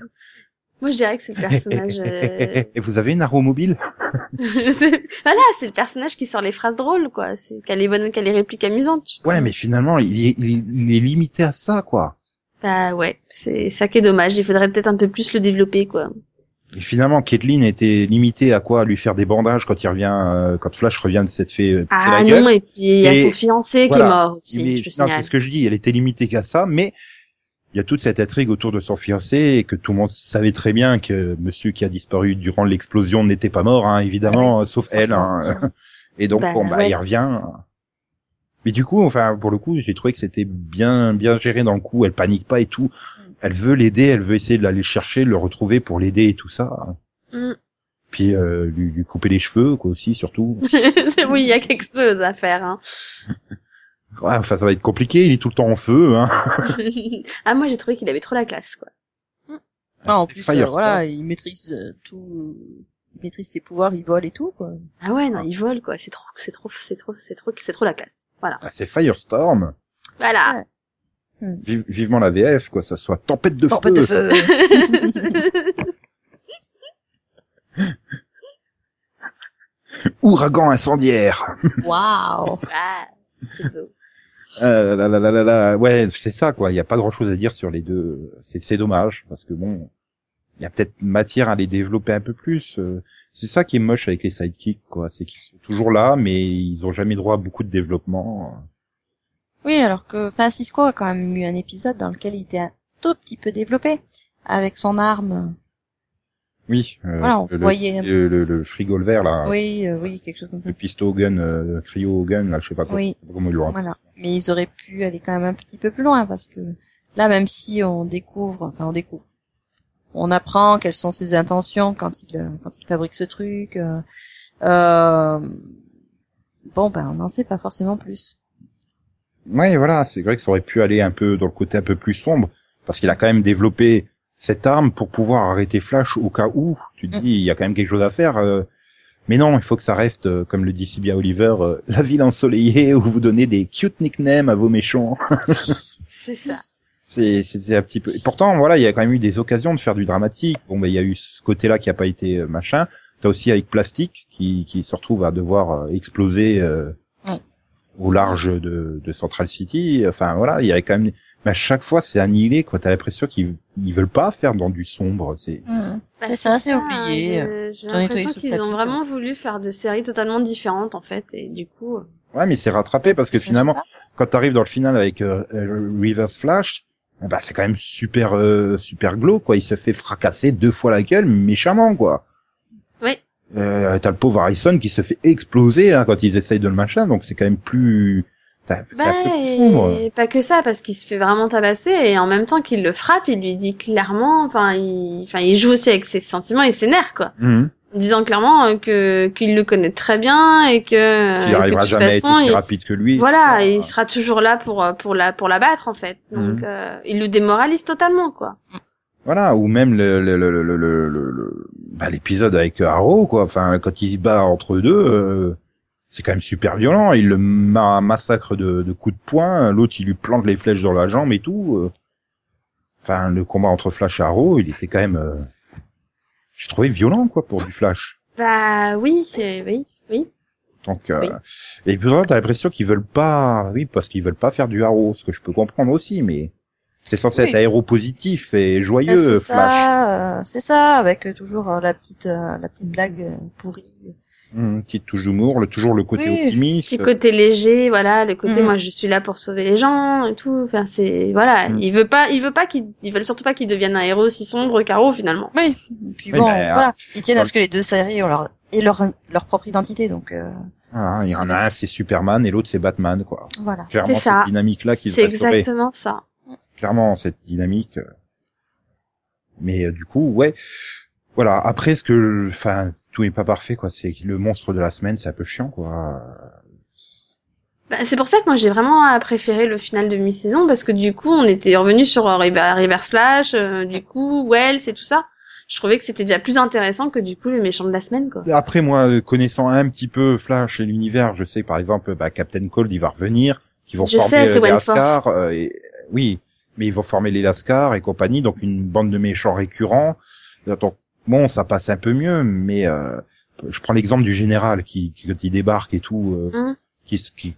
Speaker 5: Moi, je dirais que c'est le personnage. euh,
Speaker 2: Et vous avez une Harrow mobile
Speaker 5: voilà, c'est le personnage qui sort les phrases drôles, quoi. C'est qu'elle est bonne, qu'elle est réplique amusante.
Speaker 2: Ouais, mais finalement, il est, il, est- il est limité à ça, quoi.
Speaker 5: Bah ouais, c'est ça qui est dommage. Il faudrait peut-être un peu plus le développer, quoi.
Speaker 2: Et finalement, Caitlyn était limitée à quoi Lui faire des bandages quand il revient, euh, quand Flash revient de s'être fait euh, péter
Speaker 5: Ah
Speaker 2: la gueule.
Speaker 5: non, et puis il y a
Speaker 2: Et
Speaker 5: son fiancé
Speaker 2: voilà.
Speaker 5: qui est mort aussi,
Speaker 2: Mais-
Speaker 5: je
Speaker 2: non,
Speaker 5: signale.
Speaker 2: c'est ce que je dis. Elle était limitée qu'à ça, mais il y a toute cette intrigue autour de son fiancé et que tout le monde savait très bien que Monsieur qui a disparu durant l'explosion n'était pas mort, hein, évidemment, euh, sauf elle. hein. Et donc
Speaker 5: Bah,
Speaker 2: bon, bah,
Speaker 5: ouais.
Speaker 2: il revient. Mais du coup, enfin, pour le coup, j'ai trouvé que c'était bien, bien géré dans le coup. Elle panique pas et tout.
Speaker 5: Mm.
Speaker 2: Elle veut l'aider, elle veut essayer de l'aller chercher, de le retrouver pour l'aider et tout ça.
Speaker 5: Mm.
Speaker 2: Puis euh, lui, lui couper les cheveux, quoi aussi, surtout.
Speaker 5: C'est- oui, il y a quelque chose à faire. Hein.
Speaker 2: Ouais, enfin, ça va être compliqué. Il est tout le temps en feu. Hein.
Speaker 5: ah moi j'ai trouvé qu'il avait trop la classe quoi.
Speaker 3: Non, en
Speaker 2: c'est
Speaker 3: plus,
Speaker 2: Firestar.
Speaker 3: euh, voilà, il maîtrise euh, tout, il maîtrise ses pouvoirs, il vole et tout, quoi.
Speaker 5: Ah ouais non il vole quoi, c'est trop, c'est trop, c'est trop, c'est trop, c'est trop la classe. Voilà.
Speaker 2: Ah, c'est Firestorm.
Speaker 5: Voilà.
Speaker 2: Vive- vivement la VF, quoi. Ça soit tempête de
Speaker 3: Tempête
Speaker 2: feu.
Speaker 3: de feu!
Speaker 2: ouragan incendiaire.
Speaker 3: Waouh!
Speaker 5: Ah, c'est beau.
Speaker 2: Euh, là, là, là, là, là. Ouais, c'est ça, quoi. Il n'y a pas grand-chose à dire sur les deux. C'est, c'est dommage, parce que bon, il y a peut-être matière à les développer un peu plus. Euh, C'est ça qui est moche avec les sidekicks, quoi. C'est qu'ils sont toujours là, mais ils ont jamais droit à beaucoup de développement.
Speaker 3: Oui, alors que Francisco a quand même eu un épisode dans lequel il était un tout petit peu développé avec son arme.
Speaker 2: Oui. euh,
Speaker 3: Voilà, Ah, on
Speaker 2: le,
Speaker 3: voyait.
Speaker 2: Le, le, le frigol vert, là.
Speaker 3: Oui, euh, oui, quelque chose comme ça.
Speaker 2: Le pisto gun, euh, le cryo gun, là, je sais pas quoi-
Speaker 3: Oui.
Speaker 2: comment ils l'ont appelé.
Speaker 3: Voilà. Mais ils auraient pu aller quand même un petit peu plus loin parce que là, même si on découvre, enfin on découvre, on apprend quelles sont ses intentions quand il euh, quand il fabrique ce truc. euh, euh, bon, ben on n'en sait pas forcément plus.
Speaker 2: Ouais, voilà, c'est vrai que ça aurait pu aller un peu dans le côté un peu plus sombre, parce qu'il a quand même développé cette arme pour pouvoir arrêter Flash au cas où. Tu te
Speaker 3: Mm.
Speaker 2: dis, il y a quand même quelque chose à faire. euh, mais non, il faut que ça reste, euh, comme le dit si bien Oliver, euh, la ville ensoleillée où vous donnez des cute nicknames à vos méchants.
Speaker 5: C'est ça.
Speaker 2: C'est c'était un petit peu. Et pourtant, voilà, il y a quand même eu des occasions de faire du dramatique. Bon, ben il y a eu ce côté-là qui a pas été euh, machin. T'as aussi avec Plastique qui qui se retrouve à devoir euh, exploser euh,
Speaker 3: Ouais.
Speaker 2: au large de, de Central City. Enfin voilà, il y a quand même. Mais à chaque fois, c'est annihilé. Quoi, t'as l'impression qu'ils ils veulent pas faire dans du sombre. C'est
Speaker 5: Bah,
Speaker 3: C'est ça, c'est oublié.
Speaker 5: hein, je- J'ai
Speaker 3: Dans les
Speaker 5: l'impression
Speaker 3: toilettes sous le
Speaker 5: qu'ils
Speaker 3: tapis,
Speaker 5: ont
Speaker 3: c'est
Speaker 5: vraiment voulu faire deux séries totalement différentes en fait et du coup. euh,
Speaker 2: ouais, mais c'est rattrapé parce que
Speaker 3: Je sais
Speaker 2: finalement,
Speaker 3: pas.
Speaker 2: quand t'arrives dans le final avec euh, euh, Reverse Flash, eh ben, c'est quand même super euh, super glauque. Quoi, il se fait fracasser deux fois la gueule méchamment. Quoi.
Speaker 5: Oui.
Speaker 2: Euh, t'as le pauvre Harrison qui se fait exploser là quand ils essayent de le machin, donc c'est quand même plus. t'as- C'est
Speaker 5: Bah,
Speaker 2: un peu plus
Speaker 5: et-
Speaker 2: sombre.
Speaker 5: pas que ça parce qu'il se fait vraiment tabasser et en même temps qu'il le frappe, il lui dit clairement, enfin il, enfin il joue aussi avec ses sentiments et ses nerfs quoi.
Speaker 2: Mhm.
Speaker 5: en disant clairement euh, que qu'il le connaît très bien et que,
Speaker 2: S'il
Speaker 5: et que
Speaker 2: arrivera
Speaker 5: de toute
Speaker 2: jamais à être
Speaker 5: façon,
Speaker 2: aussi
Speaker 5: il-
Speaker 2: rapide que lui.
Speaker 5: voilà,
Speaker 2: ça,
Speaker 5: il sera toujours là pour euh, pour la pour la battre en fait. Donc
Speaker 2: Mhm.
Speaker 5: euh, il le démoralise totalement quoi.
Speaker 2: Voilà, ou même le le le le le, le, le- le- bah, l'épisode avec Arrow quoi. Enfin, quand il se bat entre eux deux, euh, c'est quand même super violent. Il le ma- massacre de, de coups de poing. L'autre, il lui plante les flèches dans la jambe et tout. euh. Enfin, le combat entre Flash et Arrow, il était quand même. euh, J'ai trouvé violent quoi pour du Flash.
Speaker 5: Bah oui, euh, oui, oui.
Speaker 2: Donc, euh,
Speaker 5: Oui.
Speaker 2: et puis t'as l'impression qu'ils veulent pas, oui, parce qu'ils veulent pas faire du haro, ce que je peux comprendre aussi, mais c'est censé
Speaker 3: Oui.
Speaker 2: être aéropositif et
Speaker 3: Ben,
Speaker 2: joyeux,
Speaker 3: c'est
Speaker 2: Flash.
Speaker 3: ça, euh, c'est ça, avec euh, toujours euh, la petite euh, la petite blague euh, pourrie.
Speaker 2: Hum, petite touche d'humour, le, toujours le côté
Speaker 3: Oui,
Speaker 2: optimiste.
Speaker 5: Petit côté léger, voilà, le côté
Speaker 3: Mhm.
Speaker 5: moi je suis là pour sauver les gens et tout. Enfin c'est voilà,
Speaker 2: Mhm.
Speaker 5: il veut pas il veut pas qu'il ils veulent surtout pas qu'il devienne un héros si sombre qu'Arrow finalement.
Speaker 3: Oui. Et puis
Speaker 2: Oui,
Speaker 3: bon,
Speaker 2: mais, euh,
Speaker 3: voilà, ils tiennent
Speaker 2: dans
Speaker 3: à ce que les deux séries ont leur et leur leur propre identité, donc euh,
Speaker 2: Ah, il y en a un, c'est Superman et l'autre c'est Batman, quoi.
Speaker 3: voilà.
Speaker 2: Clairement,
Speaker 5: ça.
Speaker 2: cette dynamique-là qu'ils
Speaker 5: C'est
Speaker 2: devraient sauver.
Speaker 5: exactement ça.
Speaker 2: Clairement, cette dynamique. euh. Mais euh, du coup, ouais. Voilà. Après, ce que, enfin, tout est pas parfait, quoi. C'est que le monstre de la semaine, c'est un peu chiant, quoi.
Speaker 5: Bah, c'est pour ça que moi j'ai vraiment euh, préféré le final de mi-saison parce que du coup on était revenu sur euh, River- Reverse Flash, euh, du coup Wells et tout ça. Je trouvais que c'était déjà plus intéressant que du coup le méchant de la semaine quoi.
Speaker 2: Après, moi, connaissant un petit peu Flash et l'univers, je sais, par exemple, bah, Captain Cold, il va revenir, qu'ils vont
Speaker 5: Je
Speaker 2: former
Speaker 5: sais, c'est
Speaker 2: euh, les
Speaker 5: Wentworth.
Speaker 2: Lascars, euh, et, oui, mais ils vont former les Lascars et compagnie, donc une bande de méchants récurrents. Donc, bon, ça passe un peu mieux, mais euh, je prends l'exemple du général qui, qui, quand il débarque et tout, euh,
Speaker 5: Mhm.
Speaker 2: qui, s- qui,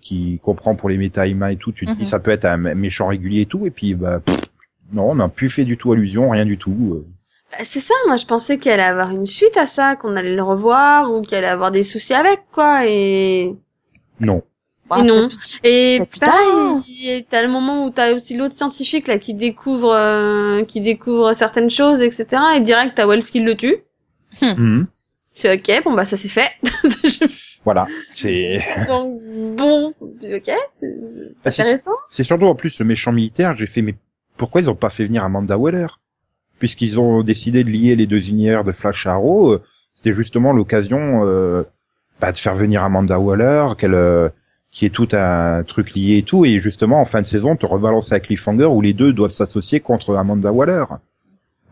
Speaker 2: qui comprend pour les métaïmas et tout, tu te dis,
Speaker 3: Mhm.
Speaker 2: ça peut être un méchant régulier et tout, et puis, bah, pff, non, on n'a plus fait du tout allusion, rien du tout. euh.
Speaker 5: Bah, c'est ça, moi je pensais qu'il allait avoir une suite à ça, qu'on allait le revoir ou qu'il allait avoir des soucis avec quoi et
Speaker 2: Non.
Speaker 3: Bah,
Speaker 5: Et non. Et
Speaker 3: T'as Bah, plus tard.
Speaker 5: pareil, il- t'as le moment où t'as aussi l'autre scientifique là qui découvre euh, qui découvre certaines choses, etc. Et direct t'as Wells qui le tue.
Speaker 2: Mhm.
Speaker 5: Tu fais ok, bon bah ça c'est fait.
Speaker 2: Voilà. C'est
Speaker 5: Donc bon, ok, euh,
Speaker 2: Ah, c'est-
Speaker 5: intéressant.
Speaker 2: c'est surtout en plus le méchant militaire. J'ai fait mais pourquoi ils ont pas fait venir Amanda Weller Puisqu'ils ont décidé de lier les deux univers de Flash et Arrow, euh, c'était justement l'occasion euh, bah, de faire venir Amanda Waller, qu'elle euh, qui est tout un truc lié et tout, et justement en fin de saison te rebalancer à Cliffhanger où les deux doivent s'associer contre Amanda Waller.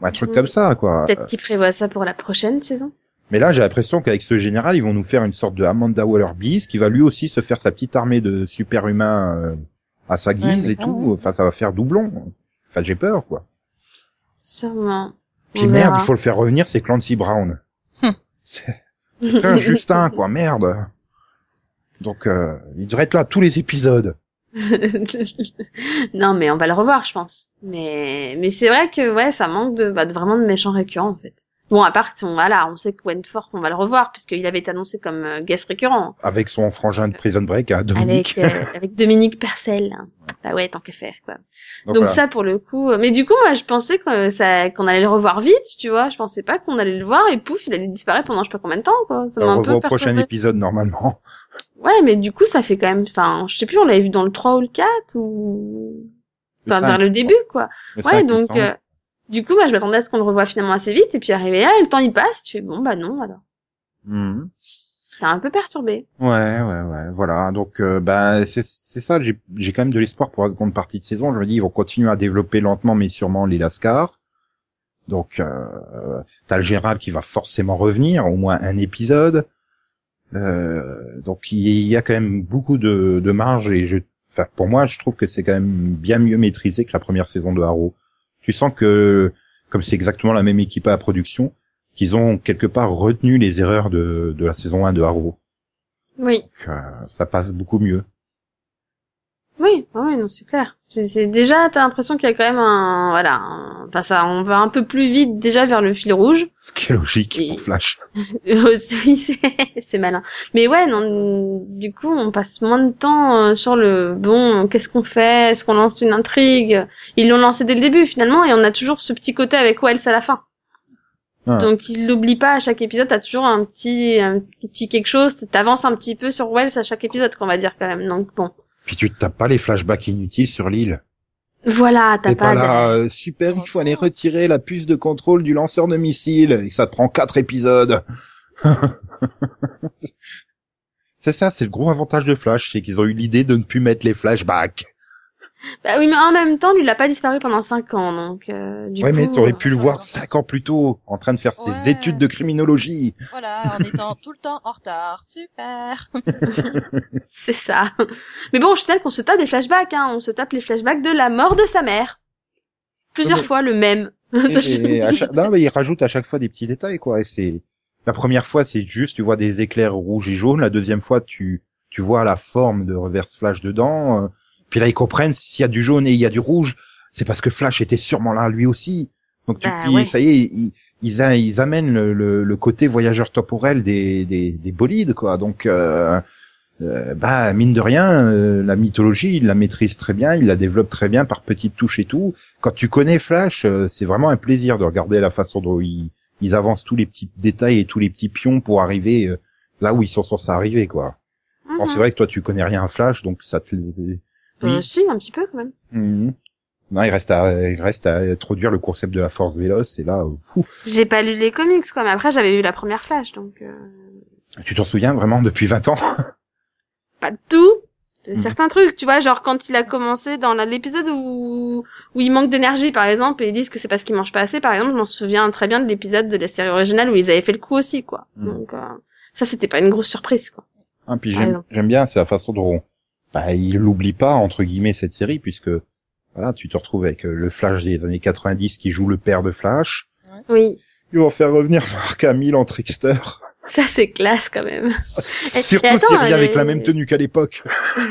Speaker 2: Un truc
Speaker 5: Mhm.
Speaker 2: comme ça, quoi.
Speaker 5: Peut-être qu'ils prévoient ça pour la prochaine saison.
Speaker 2: Mais là, j'ai l'impression qu'avec ce général, ils vont nous faire une sorte de Amanda Waller Beast qui va lui aussi se faire sa petite armée de super-humains euh, à sa guise
Speaker 3: mais
Speaker 2: et
Speaker 3: ça,
Speaker 2: tout.
Speaker 3: ouais.
Speaker 2: Enfin, ça va faire doublon. Enfin, j'ai peur, quoi.
Speaker 5: Sûrement.
Speaker 2: Puis
Speaker 5: On
Speaker 2: merde,
Speaker 5: verra.
Speaker 2: il faut le faire revenir, c'est Clancy Brown.
Speaker 3: Hum.
Speaker 2: Putain, Justin, quoi, merde. Donc, euh, il devrait être là tous les épisodes.
Speaker 5: non mais on va le revoir, je pense. Mais mais c'est vrai que ouais, ça manque de, bah, de vraiment de méchants récurrents en fait. Bon, à part on, voilà, on sait que Wentworth, on va le revoir puisqu'il avait été annoncé comme euh, guest récurrent
Speaker 2: Avec son frangin de Prison Break à Dominique.
Speaker 5: avec euh, avec Dominique Percel. hein. Bah ouais, tant qu'à faire quoi.
Speaker 2: Donc,
Speaker 5: Donc
Speaker 2: voilà.
Speaker 5: ça pour le coup. euh, Mais du coup, moi, je pensais que ça, qu'on allait le revoir vite, tu vois. Je pensais pas qu'on allait le voir et pouf, il allait disparaître pendant je sais pas combien de temps, quoi. Ça
Speaker 2: Euh, On
Speaker 5: m'a
Speaker 2: le
Speaker 5: un
Speaker 2: revoit
Speaker 5: peu
Speaker 2: au prochain
Speaker 5: perturbé.
Speaker 2: épisode, normalement.
Speaker 5: Ouais, mais du coup, ça fait quand même. Enfin, je sais plus, on l'avait vu dans le 3 ou le 4 ou.
Speaker 2: Le
Speaker 5: Enfin, vers
Speaker 2: cinq,
Speaker 5: le début, quoi.
Speaker 2: le
Speaker 5: Ouais,
Speaker 2: cinq, il me
Speaker 5: donc.
Speaker 2: semble.
Speaker 5: euh, du coup, moi, je m'attendais à ce qu'on le revoie finalement assez vite et puis arrivé là, le temps il passe. Tu fais bon, bah non, alors.
Speaker 2: Mhm.
Speaker 5: T'es un peu perturbé.
Speaker 2: Ouais, ouais, ouais, voilà. Donc, euh, ben, c'est c'est ça. J'ai j'ai quand même de l'espoir pour la seconde partie de saison. Je me dis, ils vont continuer à développer lentement, mais sûrement les Lascar. Donc, euh, t'as le général qui va forcément revenir, au moins un épisode. Euh, donc, il y, a quand même beaucoup de, de marge et je, enfin, pour moi, je trouve que c'est quand même bien mieux maîtrisé que la première saison de Arrow. Tu sens que, comme c'est exactement la même équipe à la production, qu'ils ont quelque part retenu les erreurs de, de la saison 1 de Arrow.
Speaker 5: Oui.
Speaker 2: Donc, euh, ça passe beaucoup mieux.
Speaker 5: Oui, ah oui, non, c'est clair. C'est c'est- déjà, t'as l'impression qu'il y a quand même un, voilà, un- enfin ça, on va un peu plus vite déjà vers le fil rouge.
Speaker 2: Ce qui est logique
Speaker 5: Et-
Speaker 2: pour Flash.
Speaker 5: Euh, oui, c'est- c'est malin. Mais ouais, non, du coup, on passe moins de temps euh, sur le bon, qu'est-ce qu'on fait Est-ce qu'on lance une intrigue Ils l'ont lancé dès le début finalement et on a toujours ce petit côté avec Wells à la fin.
Speaker 2: Ouais.
Speaker 5: Donc ils l'oublient pas à chaque épisode, t'as toujours un petit, un petit quelque chose, t'avances un petit peu sur Wells à chaque épisode qu'on va dire quand même. Donc bon,
Speaker 2: Puis tu te tapes pas les flashbacks inutiles sur l'île.
Speaker 5: voilà, t'as
Speaker 2: T'es pas
Speaker 5: pas...
Speaker 2: là, euh, super, il faut aller retirer la puce de contrôle du lanceur de missile. Et ça te prend quatre épisodes. c'est ça, c'est le gros avantage de Flash, c'est qu'ils ont eu l'idée de ne plus mettre les flashbacks.
Speaker 5: Bah oui, mais en même temps, lui, il a pas disparu pendant 5 ans, donc euh, du
Speaker 2: ouais,
Speaker 5: coup...
Speaker 2: mais t'aurais pu le
Speaker 3: ça,
Speaker 2: voir
Speaker 3: ça,
Speaker 2: cinq ans plus tôt, en train de faire ses
Speaker 3: Ouais.
Speaker 2: études de criminologie.
Speaker 3: Voilà, en étant tout le temps en retard. Super.
Speaker 5: C'est ça. Mais bon, je sais qu'on se tape des flashbacks, hein. On se tape les flashbacks de la mort de sa mère. Plusieurs
Speaker 2: Oui.
Speaker 5: fois le même.
Speaker 2: Et à chaque- Non, mais ils rajoutent à chaque fois des petits détails, quoi. Et c'est la première fois, c'est juste tu vois des éclairs rouges et jaunes. La deuxième fois, tu tu vois la forme de reverse Flash dedans. Euh, Puis là, ils comprennent s'il y a du jaune et il y a du rouge, c'est parce que Flash était sûrement là lui aussi. Donc tu
Speaker 5: Bah
Speaker 2: te dis,
Speaker 5: ouais.
Speaker 2: ça y est, ils ils, a- ils amènent le, le- le côté voyageur temporel des des, des bolides, quoi. Donc euh, euh, bah mine de rien, euh, la mythologie, il la maîtrise très bien, il la développe très bien par petites touches et tout quand tu connais Flash, euh, c'est vraiment un plaisir de regarder la façon dont ils, ils avancent tous les petits détails et tous les petits pions pour arriver euh, là où ils sont censés arriver, quoi.
Speaker 5: Mhm.
Speaker 2: Alors, c'est vrai que toi, tu connais rien à Flash, donc ça te... Oui.
Speaker 5: Euh, si, un petit peu quand même.
Speaker 2: Mhm. Non, il reste à, il reste à introduire le concept de la force véloce, et là, euh, ouf.
Speaker 5: J'ai pas lu les comics, quoi. Mais après, j'avais eu la première flash, donc euh,
Speaker 2: tu t'en souviens vraiment depuis 20 ans
Speaker 5: pas de tout. De
Speaker 2: Mhm.
Speaker 5: certains trucs, tu vois, genre quand il a commencé dans la- l'épisode où où il manque d'énergie, par exemple, et ils disent que c'est parce qu'il mange pas assez, par exemple, je m'en souviens très bien de l'épisode de la série originale où ils avaient fait le coup aussi, quoi.
Speaker 2: Mhm.
Speaker 5: Donc euh, ça, c'était pas une grosse surprise, quoi.
Speaker 2: Hein, puis
Speaker 5: Ah,
Speaker 2: j'aime
Speaker 5: non.
Speaker 2: j'aime bien, c'est la façon dont bah, il l'oublie pas entre guillemets cette série puisque voilà, tu te retrouves avec euh, le Flash des années 90 qui joue le père de Flash.
Speaker 5: Oui,
Speaker 2: Ils vont faire revenir Mark Hamill en trickster.
Speaker 5: ça c'est classe quand même. Et-
Speaker 2: Surtout
Speaker 5: et Eh, attends,
Speaker 2: s'il revient avec
Speaker 5: les-
Speaker 2: la même tenue qu'à l'époque.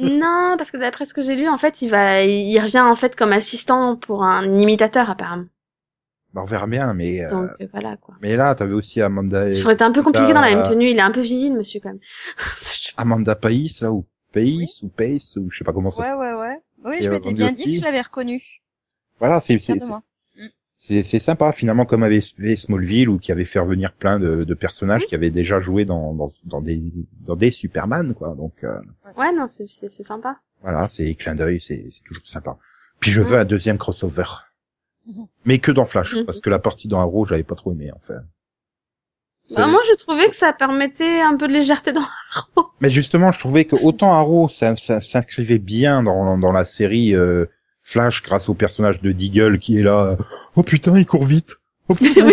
Speaker 5: Non, parce que d'après ce que j'ai lu, en fait, il va, il revient en fait comme assistant pour un imitateur apparemment.
Speaker 2: Bah, on verra bien, mais euh,
Speaker 5: Donc euh, voilà quoi.
Speaker 2: mais là, t'avais aussi Amanda,
Speaker 5: Ça aurait été un peu compliqué
Speaker 2: bah,
Speaker 5: dans la même
Speaker 2: euh,
Speaker 5: tenue. Il est un peu vieilli, le monsieur quand même.
Speaker 2: Amanda Pais là ou Pais ou Pace ou je sais pas comment ça.
Speaker 3: Ouais,
Speaker 2: se-
Speaker 3: ouais, ouais. Oui,
Speaker 2: Et,
Speaker 3: je
Speaker 2: euh,
Speaker 3: m'étais bien
Speaker 2: Gandhi
Speaker 3: dit que
Speaker 2: aussi.
Speaker 3: je l'avais reconnu.
Speaker 2: Voilà, c'est c'est
Speaker 3: Fier de
Speaker 2: c'est-
Speaker 3: moi.
Speaker 2: c'est c'est sympa finalement comme avait fait Smallville ou qui avait fait revenir plein de, de personnages
Speaker 5: Mmh.
Speaker 2: qui avaient déjà joué dans dans, dans des dans des Superman quoi. Donc euh,
Speaker 5: ouais, non, c'est c'est c'est sympa.
Speaker 2: voilà, c'est clin d'œil, c'est c'est toujours sympa. Puis je veux un deuxième crossover.
Speaker 5: Mmh.
Speaker 2: Mais que dans Flash,
Speaker 5: Mhm.
Speaker 2: parce que la partie dans Arrow, j'avais pas trop aimé, en fait. C'est-
Speaker 5: Bah, moi, je trouvais que ça permettait un peu de légèreté dans Arrow.
Speaker 2: Mais justement, je trouvais que autant Arrow ça- ça- s'inscrivait bien dans, dans la série euh, Flash grâce au personnage de Deagle qui est là. euh, Oh putain, il court vite. Oh
Speaker 5: oui.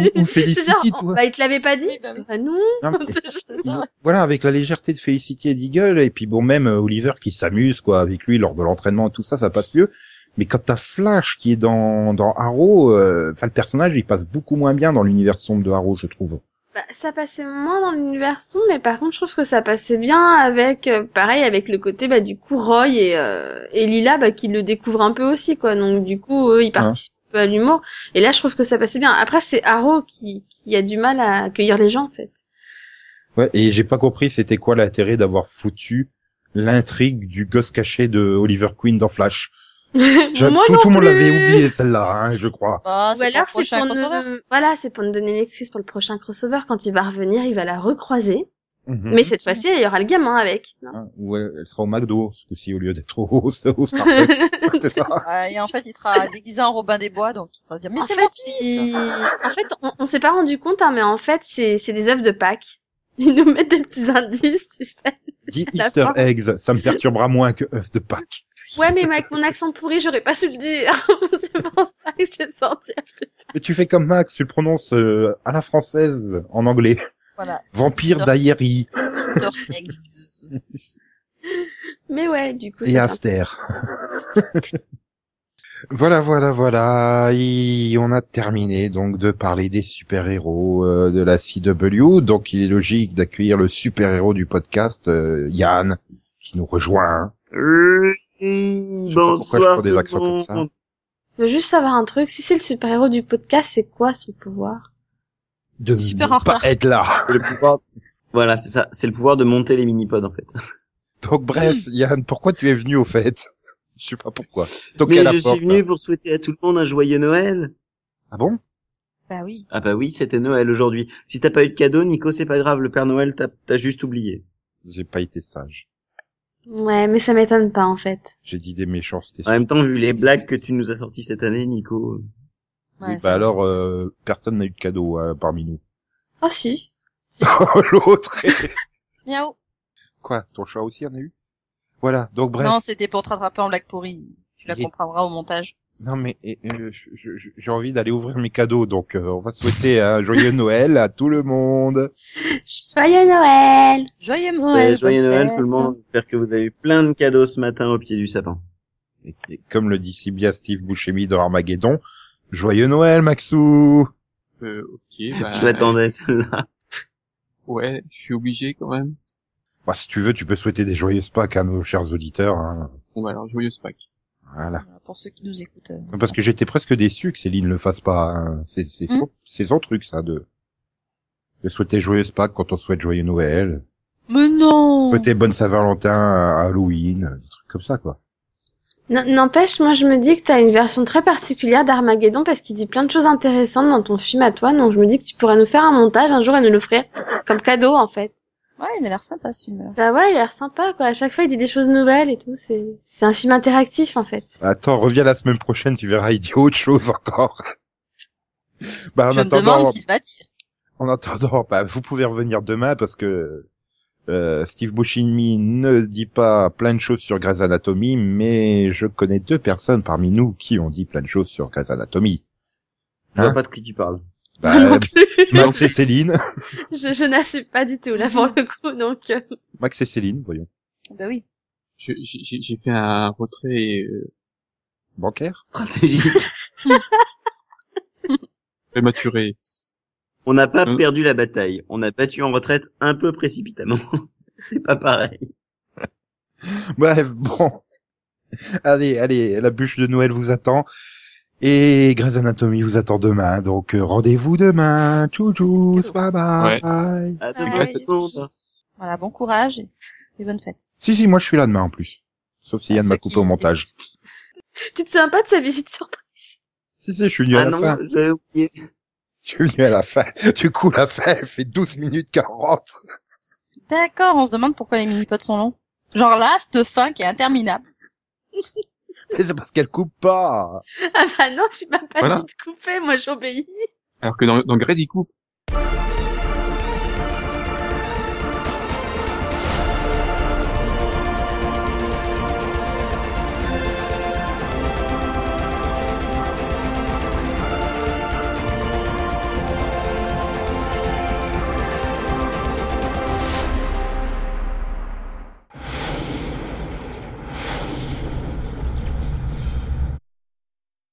Speaker 2: putain, il court vite. Ou- ou Felicity,
Speaker 5: C'est genre, on-
Speaker 2: toi.
Speaker 5: bah, il te l'avait pas dit.
Speaker 3: Oui, bah oui.
Speaker 5: Bah, non.
Speaker 2: Non, mais-
Speaker 5: C'est
Speaker 3: C'est ça.
Speaker 2: voilà, avec la légèreté de Felicity et Deagle, et puis bon, même euh, Oliver qui s'amuse quoi avec lui lors de l'entraînement et tout ça, ça passe mieux. Mais quand t'as Flash qui est dans dans Arrow, euh, enfin le personnage il passe beaucoup moins bien dans l'univers sombre de Arrow, je trouve.
Speaker 5: Bah, ça passait moins dans l'univers sombre, mais par contre, je trouve que ça passait bien avec, euh, pareil, avec le côté, bah, du coup, Roy et, euh, et Lila, bah, qui le découvrent un peu aussi, quoi. Donc, du coup,
Speaker 2: Hein.
Speaker 5: eux, ils participent un peu à l'humour. Et là, je trouve que ça passait bien. Après, c'est Arrow qui, qui a du mal à accueillir les gens, en fait.
Speaker 2: Ouais, et j'ai pas compris c'était quoi l'intérêt d'avoir foutu l'intrigue du gosse caché de Oliver Queen dans Flash. Je-
Speaker 5: Moi
Speaker 2: tout,
Speaker 5: non
Speaker 2: tout le monde
Speaker 5: plus.
Speaker 2: l'avait oublié celle-là, hein, je crois.
Speaker 3: Bah,
Speaker 5: Ou
Speaker 3: c'est
Speaker 5: alors,
Speaker 3: pour le
Speaker 5: c'est
Speaker 3: prochain
Speaker 5: pour,
Speaker 3: crossover.
Speaker 5: ne... voilà, c'est pour nous donner une excuse pour le prochain crossover. Quand il va revenir, il va la recroiser.
Speaker 2: Mhm.
Speaker 5: Mais cette fois-ci, il y aura le gamin avec. Non
Speaker 2: Hein, Ou elle, elle sera au McDo, ce coup-ci, au lieu d'être au, au, au Starbucks. c'est ça.
Speaker 3: Ouais, et en fait, il sera déguisé en Robin des Bois, donc il va se dire, mais
Speaker 5: En
Speaker 3: c'est
Speaker 5: fait,
Speaker 3: mon fils!
Speaker 5: il- En fait, on, on s'est pas rendu compte, hein, mais en fait, c'est c'est des œuvres de Pâques. Ils nous mettent des petits indices, tu sais.
Speaker 2: Dis
Speaker 5: La
Speaker 2: Easter
Speaker 5: fin.
Speaker 2: eggs, ça me perturbera moins que œuf de Pâques.
Speaker 5: Ouais, mais avec mon accent pourri, j'aurais pas su le dire. c'est pour ça que j'ai sorti.
Speaker 2: Mais tu fais comme Max, tu le prononces euh, à la française en anglais.
Speaker 3: Voilà.
Speaker 2: Vampire
Speaker 3: Easter.
Speaker 2: d'Aïeri
Speaker 3: Easter eggs.
Speaker 5: Mais ouais, du coup,
Speaker 2: et
Speaker 5: c'est un-
Speaker 2: Aster. Voilà, voilà, voilà. Et on a terminé donc de parler des super-héros euh, de la CW. Donc il est logique d'accueillir le super-héros du podcast, euh, Yann, qui nous rejoint. sais pas pourquoi je prends
Speaker 8: Bonsoir
Speaker 2: des
Speaker 8: tout
Speaker 2: accents
Speaker 8: le
Speaker 2: comme ça.
Speaker 8: monde.
Speaker 5: Je veux juste savoir un truc. Si c'est le super-héros du podcast, c'est quoi son pouvoir
Speaker 2: De
Speaker 3: Super
Speaker 2: ne
Speaker 3: en
Speaker 2: pas
Speaker 3: retard.
Speaker 2: être là.
Speaker 8: Le pouvoir- Voilà, c'est ça. C'est le pouvoir de monter les mini-pods, en fait.
Speaker 2: Donc bref, Yann, pourquoi tu es venu au fait Je sais pas pourquoi. Donc
Speaker 8: Mais
Speaker 2: à la
Speaker 8: je
Speaker 2: porte.
Speaker 8: suis venu pour souhaiter à tout le monde un joyeux Noël.
Speaker 2: Ah bon
Speaker 3: Bah oui.
Speaker 8: Ah bah oui, c'était Noël aujourd'hui. Si t'as pas eu de cadeau, Nico, c'est pas grave. Le Père Noël t'a t'as juste oublié.
Speaker 2: J'ai pas été sage.
Speaker 5: Ouais, mais ça m'étonne pas, en fait.
Speaker 2: J'ai dit des méchancetés.
Speaker 8: En même temps, vu les blagues que tu nous as sorties cette année, Nico. euh,
Speaker 3: Ouais,
Speaker 2: bah
Speaker 3: ça-
Speaker 2: alors, euh, personne n'a eu de cadeau euh, parmi nous. Oh,
Speaker 5: Oh si.
Speaker 2: L'autre. euh,
Speaker 3: Miaou.
Speaker 2: Quoi Ton chat aussi en a eu Voilà. Donc bref.
Speaker 3: Non, c'était pour te rattraper en blague pourrie. Tu la
Speaker 2: Et-
Speaker 3: comprendras au montage.
Speaker 2: Non mais et, euh, je- je- je- j'ai envie d'aller ouvrir mes cadeaux, donc euh, on va souhaiter un joyeux Noël à tout le monde.
Speaker 5: Joyeux Noël
Speaker 2: Eh,
Speaker 3: Joyeux Noël!
Speaker 8: joyeux
Speaker 3: bonne
Speaker 8: Noël
Speaker 3: fête.
Speaker 8: tout le monde. J'espère que vous avez eu plein de cadeaux ce matin au pied du sapin.
Speaker 2: Et, et comme le dit si bien Steve Buscemi dans Armageddon, joyeux Noël Maxou.
Speaker 4: Euh, ok, bah.
Speaker 8: Je l'attendais celle-là.
Speaker 4: Ouais, je suis obligé quand même.
Speaker 2: Bah, si tu veux, tu peux souhaiter des joyeuses Pâques à nos chers auditeurs. hein.
Speaker 4: Bon, bah alors, joyeuse Pâques.
Speaker 2: Voilà.
Speaker 3: Voilà, Pour ceux qui nous écoutent. euh.
Speaker 2: Parce que j'étais presque déçu que Céline le fasse pas. hein. C'est c'est
Speaker 3: Mm.
Speaker 2: son, c'est son truc ça de de souhaiter joyeuses Pâques quand on souhaite joyeux Noël.
Speaker 3: Mais non!
Speaker 2: Côté bonne Saint-Valentin, à Halloween, des trucs comme ça, quoi.
Speaker 5: N- N'empêche, moi je me dis que t'as une version très particulière d'Armageddon parce qu'il dit plein de choses intéressantes dans ton film à toi, donc je me dis que tu pourrais nous faire un montage un jour et nous l'offrir comme cadeau en fait.
Speaker 3: Ouais, il a l'air sympa ce film.
Speaker 5: Bah ouais, il a l'air sympa quoi, à chaque fois il dit des choses nouvelles et tout, c'est c'est un film interactif en fait.
Speaker 2: Attends, reviens la semaine prochaine, tu verras, il dit autre chose encore. bah, en
Speaker 3: Je me
Speaker 2: attendant,
Speaker 3: demande s'il va dire.
Speaker 2: en attendant, bah, vous pouvez revenir demain parce que, euh, Steve Buscemi ne dit pas plein de choses sur Grey's Anatomy, mais je connais deux personnes parmi nous qui ont dit plein de choses sur Grey's Anatomy.
Speaker 8: Je vois
Speaker 2: Hein
Speaker 8: pas de qui tu parles.
Speaker 2: Bah, Max et Céline.
Speaker 5: Je, je n'assume pas du tout là pour le coup, donc euh,
Speaker 2: Max et Céline, voyons.
Speaker 3: Bah oui.
Speaker 4: Je- J'ai j'ai- j'ai fait un retrait, euh,
Speaker 2: Bancaire?
Speaker 8: Stratégie.
Speaker 4: prématuré.
Speaker 8: On n'a pas
Speaker 4: Hmm.
Speaker 8: perdu la bataille. On a battu en retraite un peu précipitamment. C'est pas pareil.
Speaker 2: Bref, bon. Allez, allez, la bûche de Noël vous attend. Et Grey's Anatomy vous attend demain, donc euh, rendez-vous demain. Tchou tchou, bye bye.
Speaker 8: À
Speaker 5: Ouais.
Speaker 8: demain, tout le monde.
Speaker 3: Voilà, bon courage et, et bonne fête.
Speaker 2: Si si, moi je suis là demain en plus. Sauf si Yann
Speaker 3: Ah,
Speaker 2: m'a
Speaker 3: ceux
Speaker 2: coupé
Speaker 3: qui-
Speaker 2: au montage.
Speaker 5: Tu te souviens pas de sa visite surprise
Speaker 2: Si si, je suis venu à
Speaker 8: Ah
Speaker 2: la
Speaker 8: non,
Speaker 2: fin.
Speaker 8: j'avais oublié.
Speaker 2: Je suis venu à la fin. Du coup, la fin, elle fait 12 minutes 40.
Speaker 3: D'accord, on se demande pourquoi les mini-pods sont longs. Genre là, cette fin qui est interminable.
Speaker 2: Mais c'est parce qu'elle coupe pas.
Speaker 5: Ah bah non, tu m'as pas
Speaker 4: Voilà.
Speaker 5: dit de couper, moi j'obéis.
Speaker 4: Alors que dans, dans Grey's, il coupe.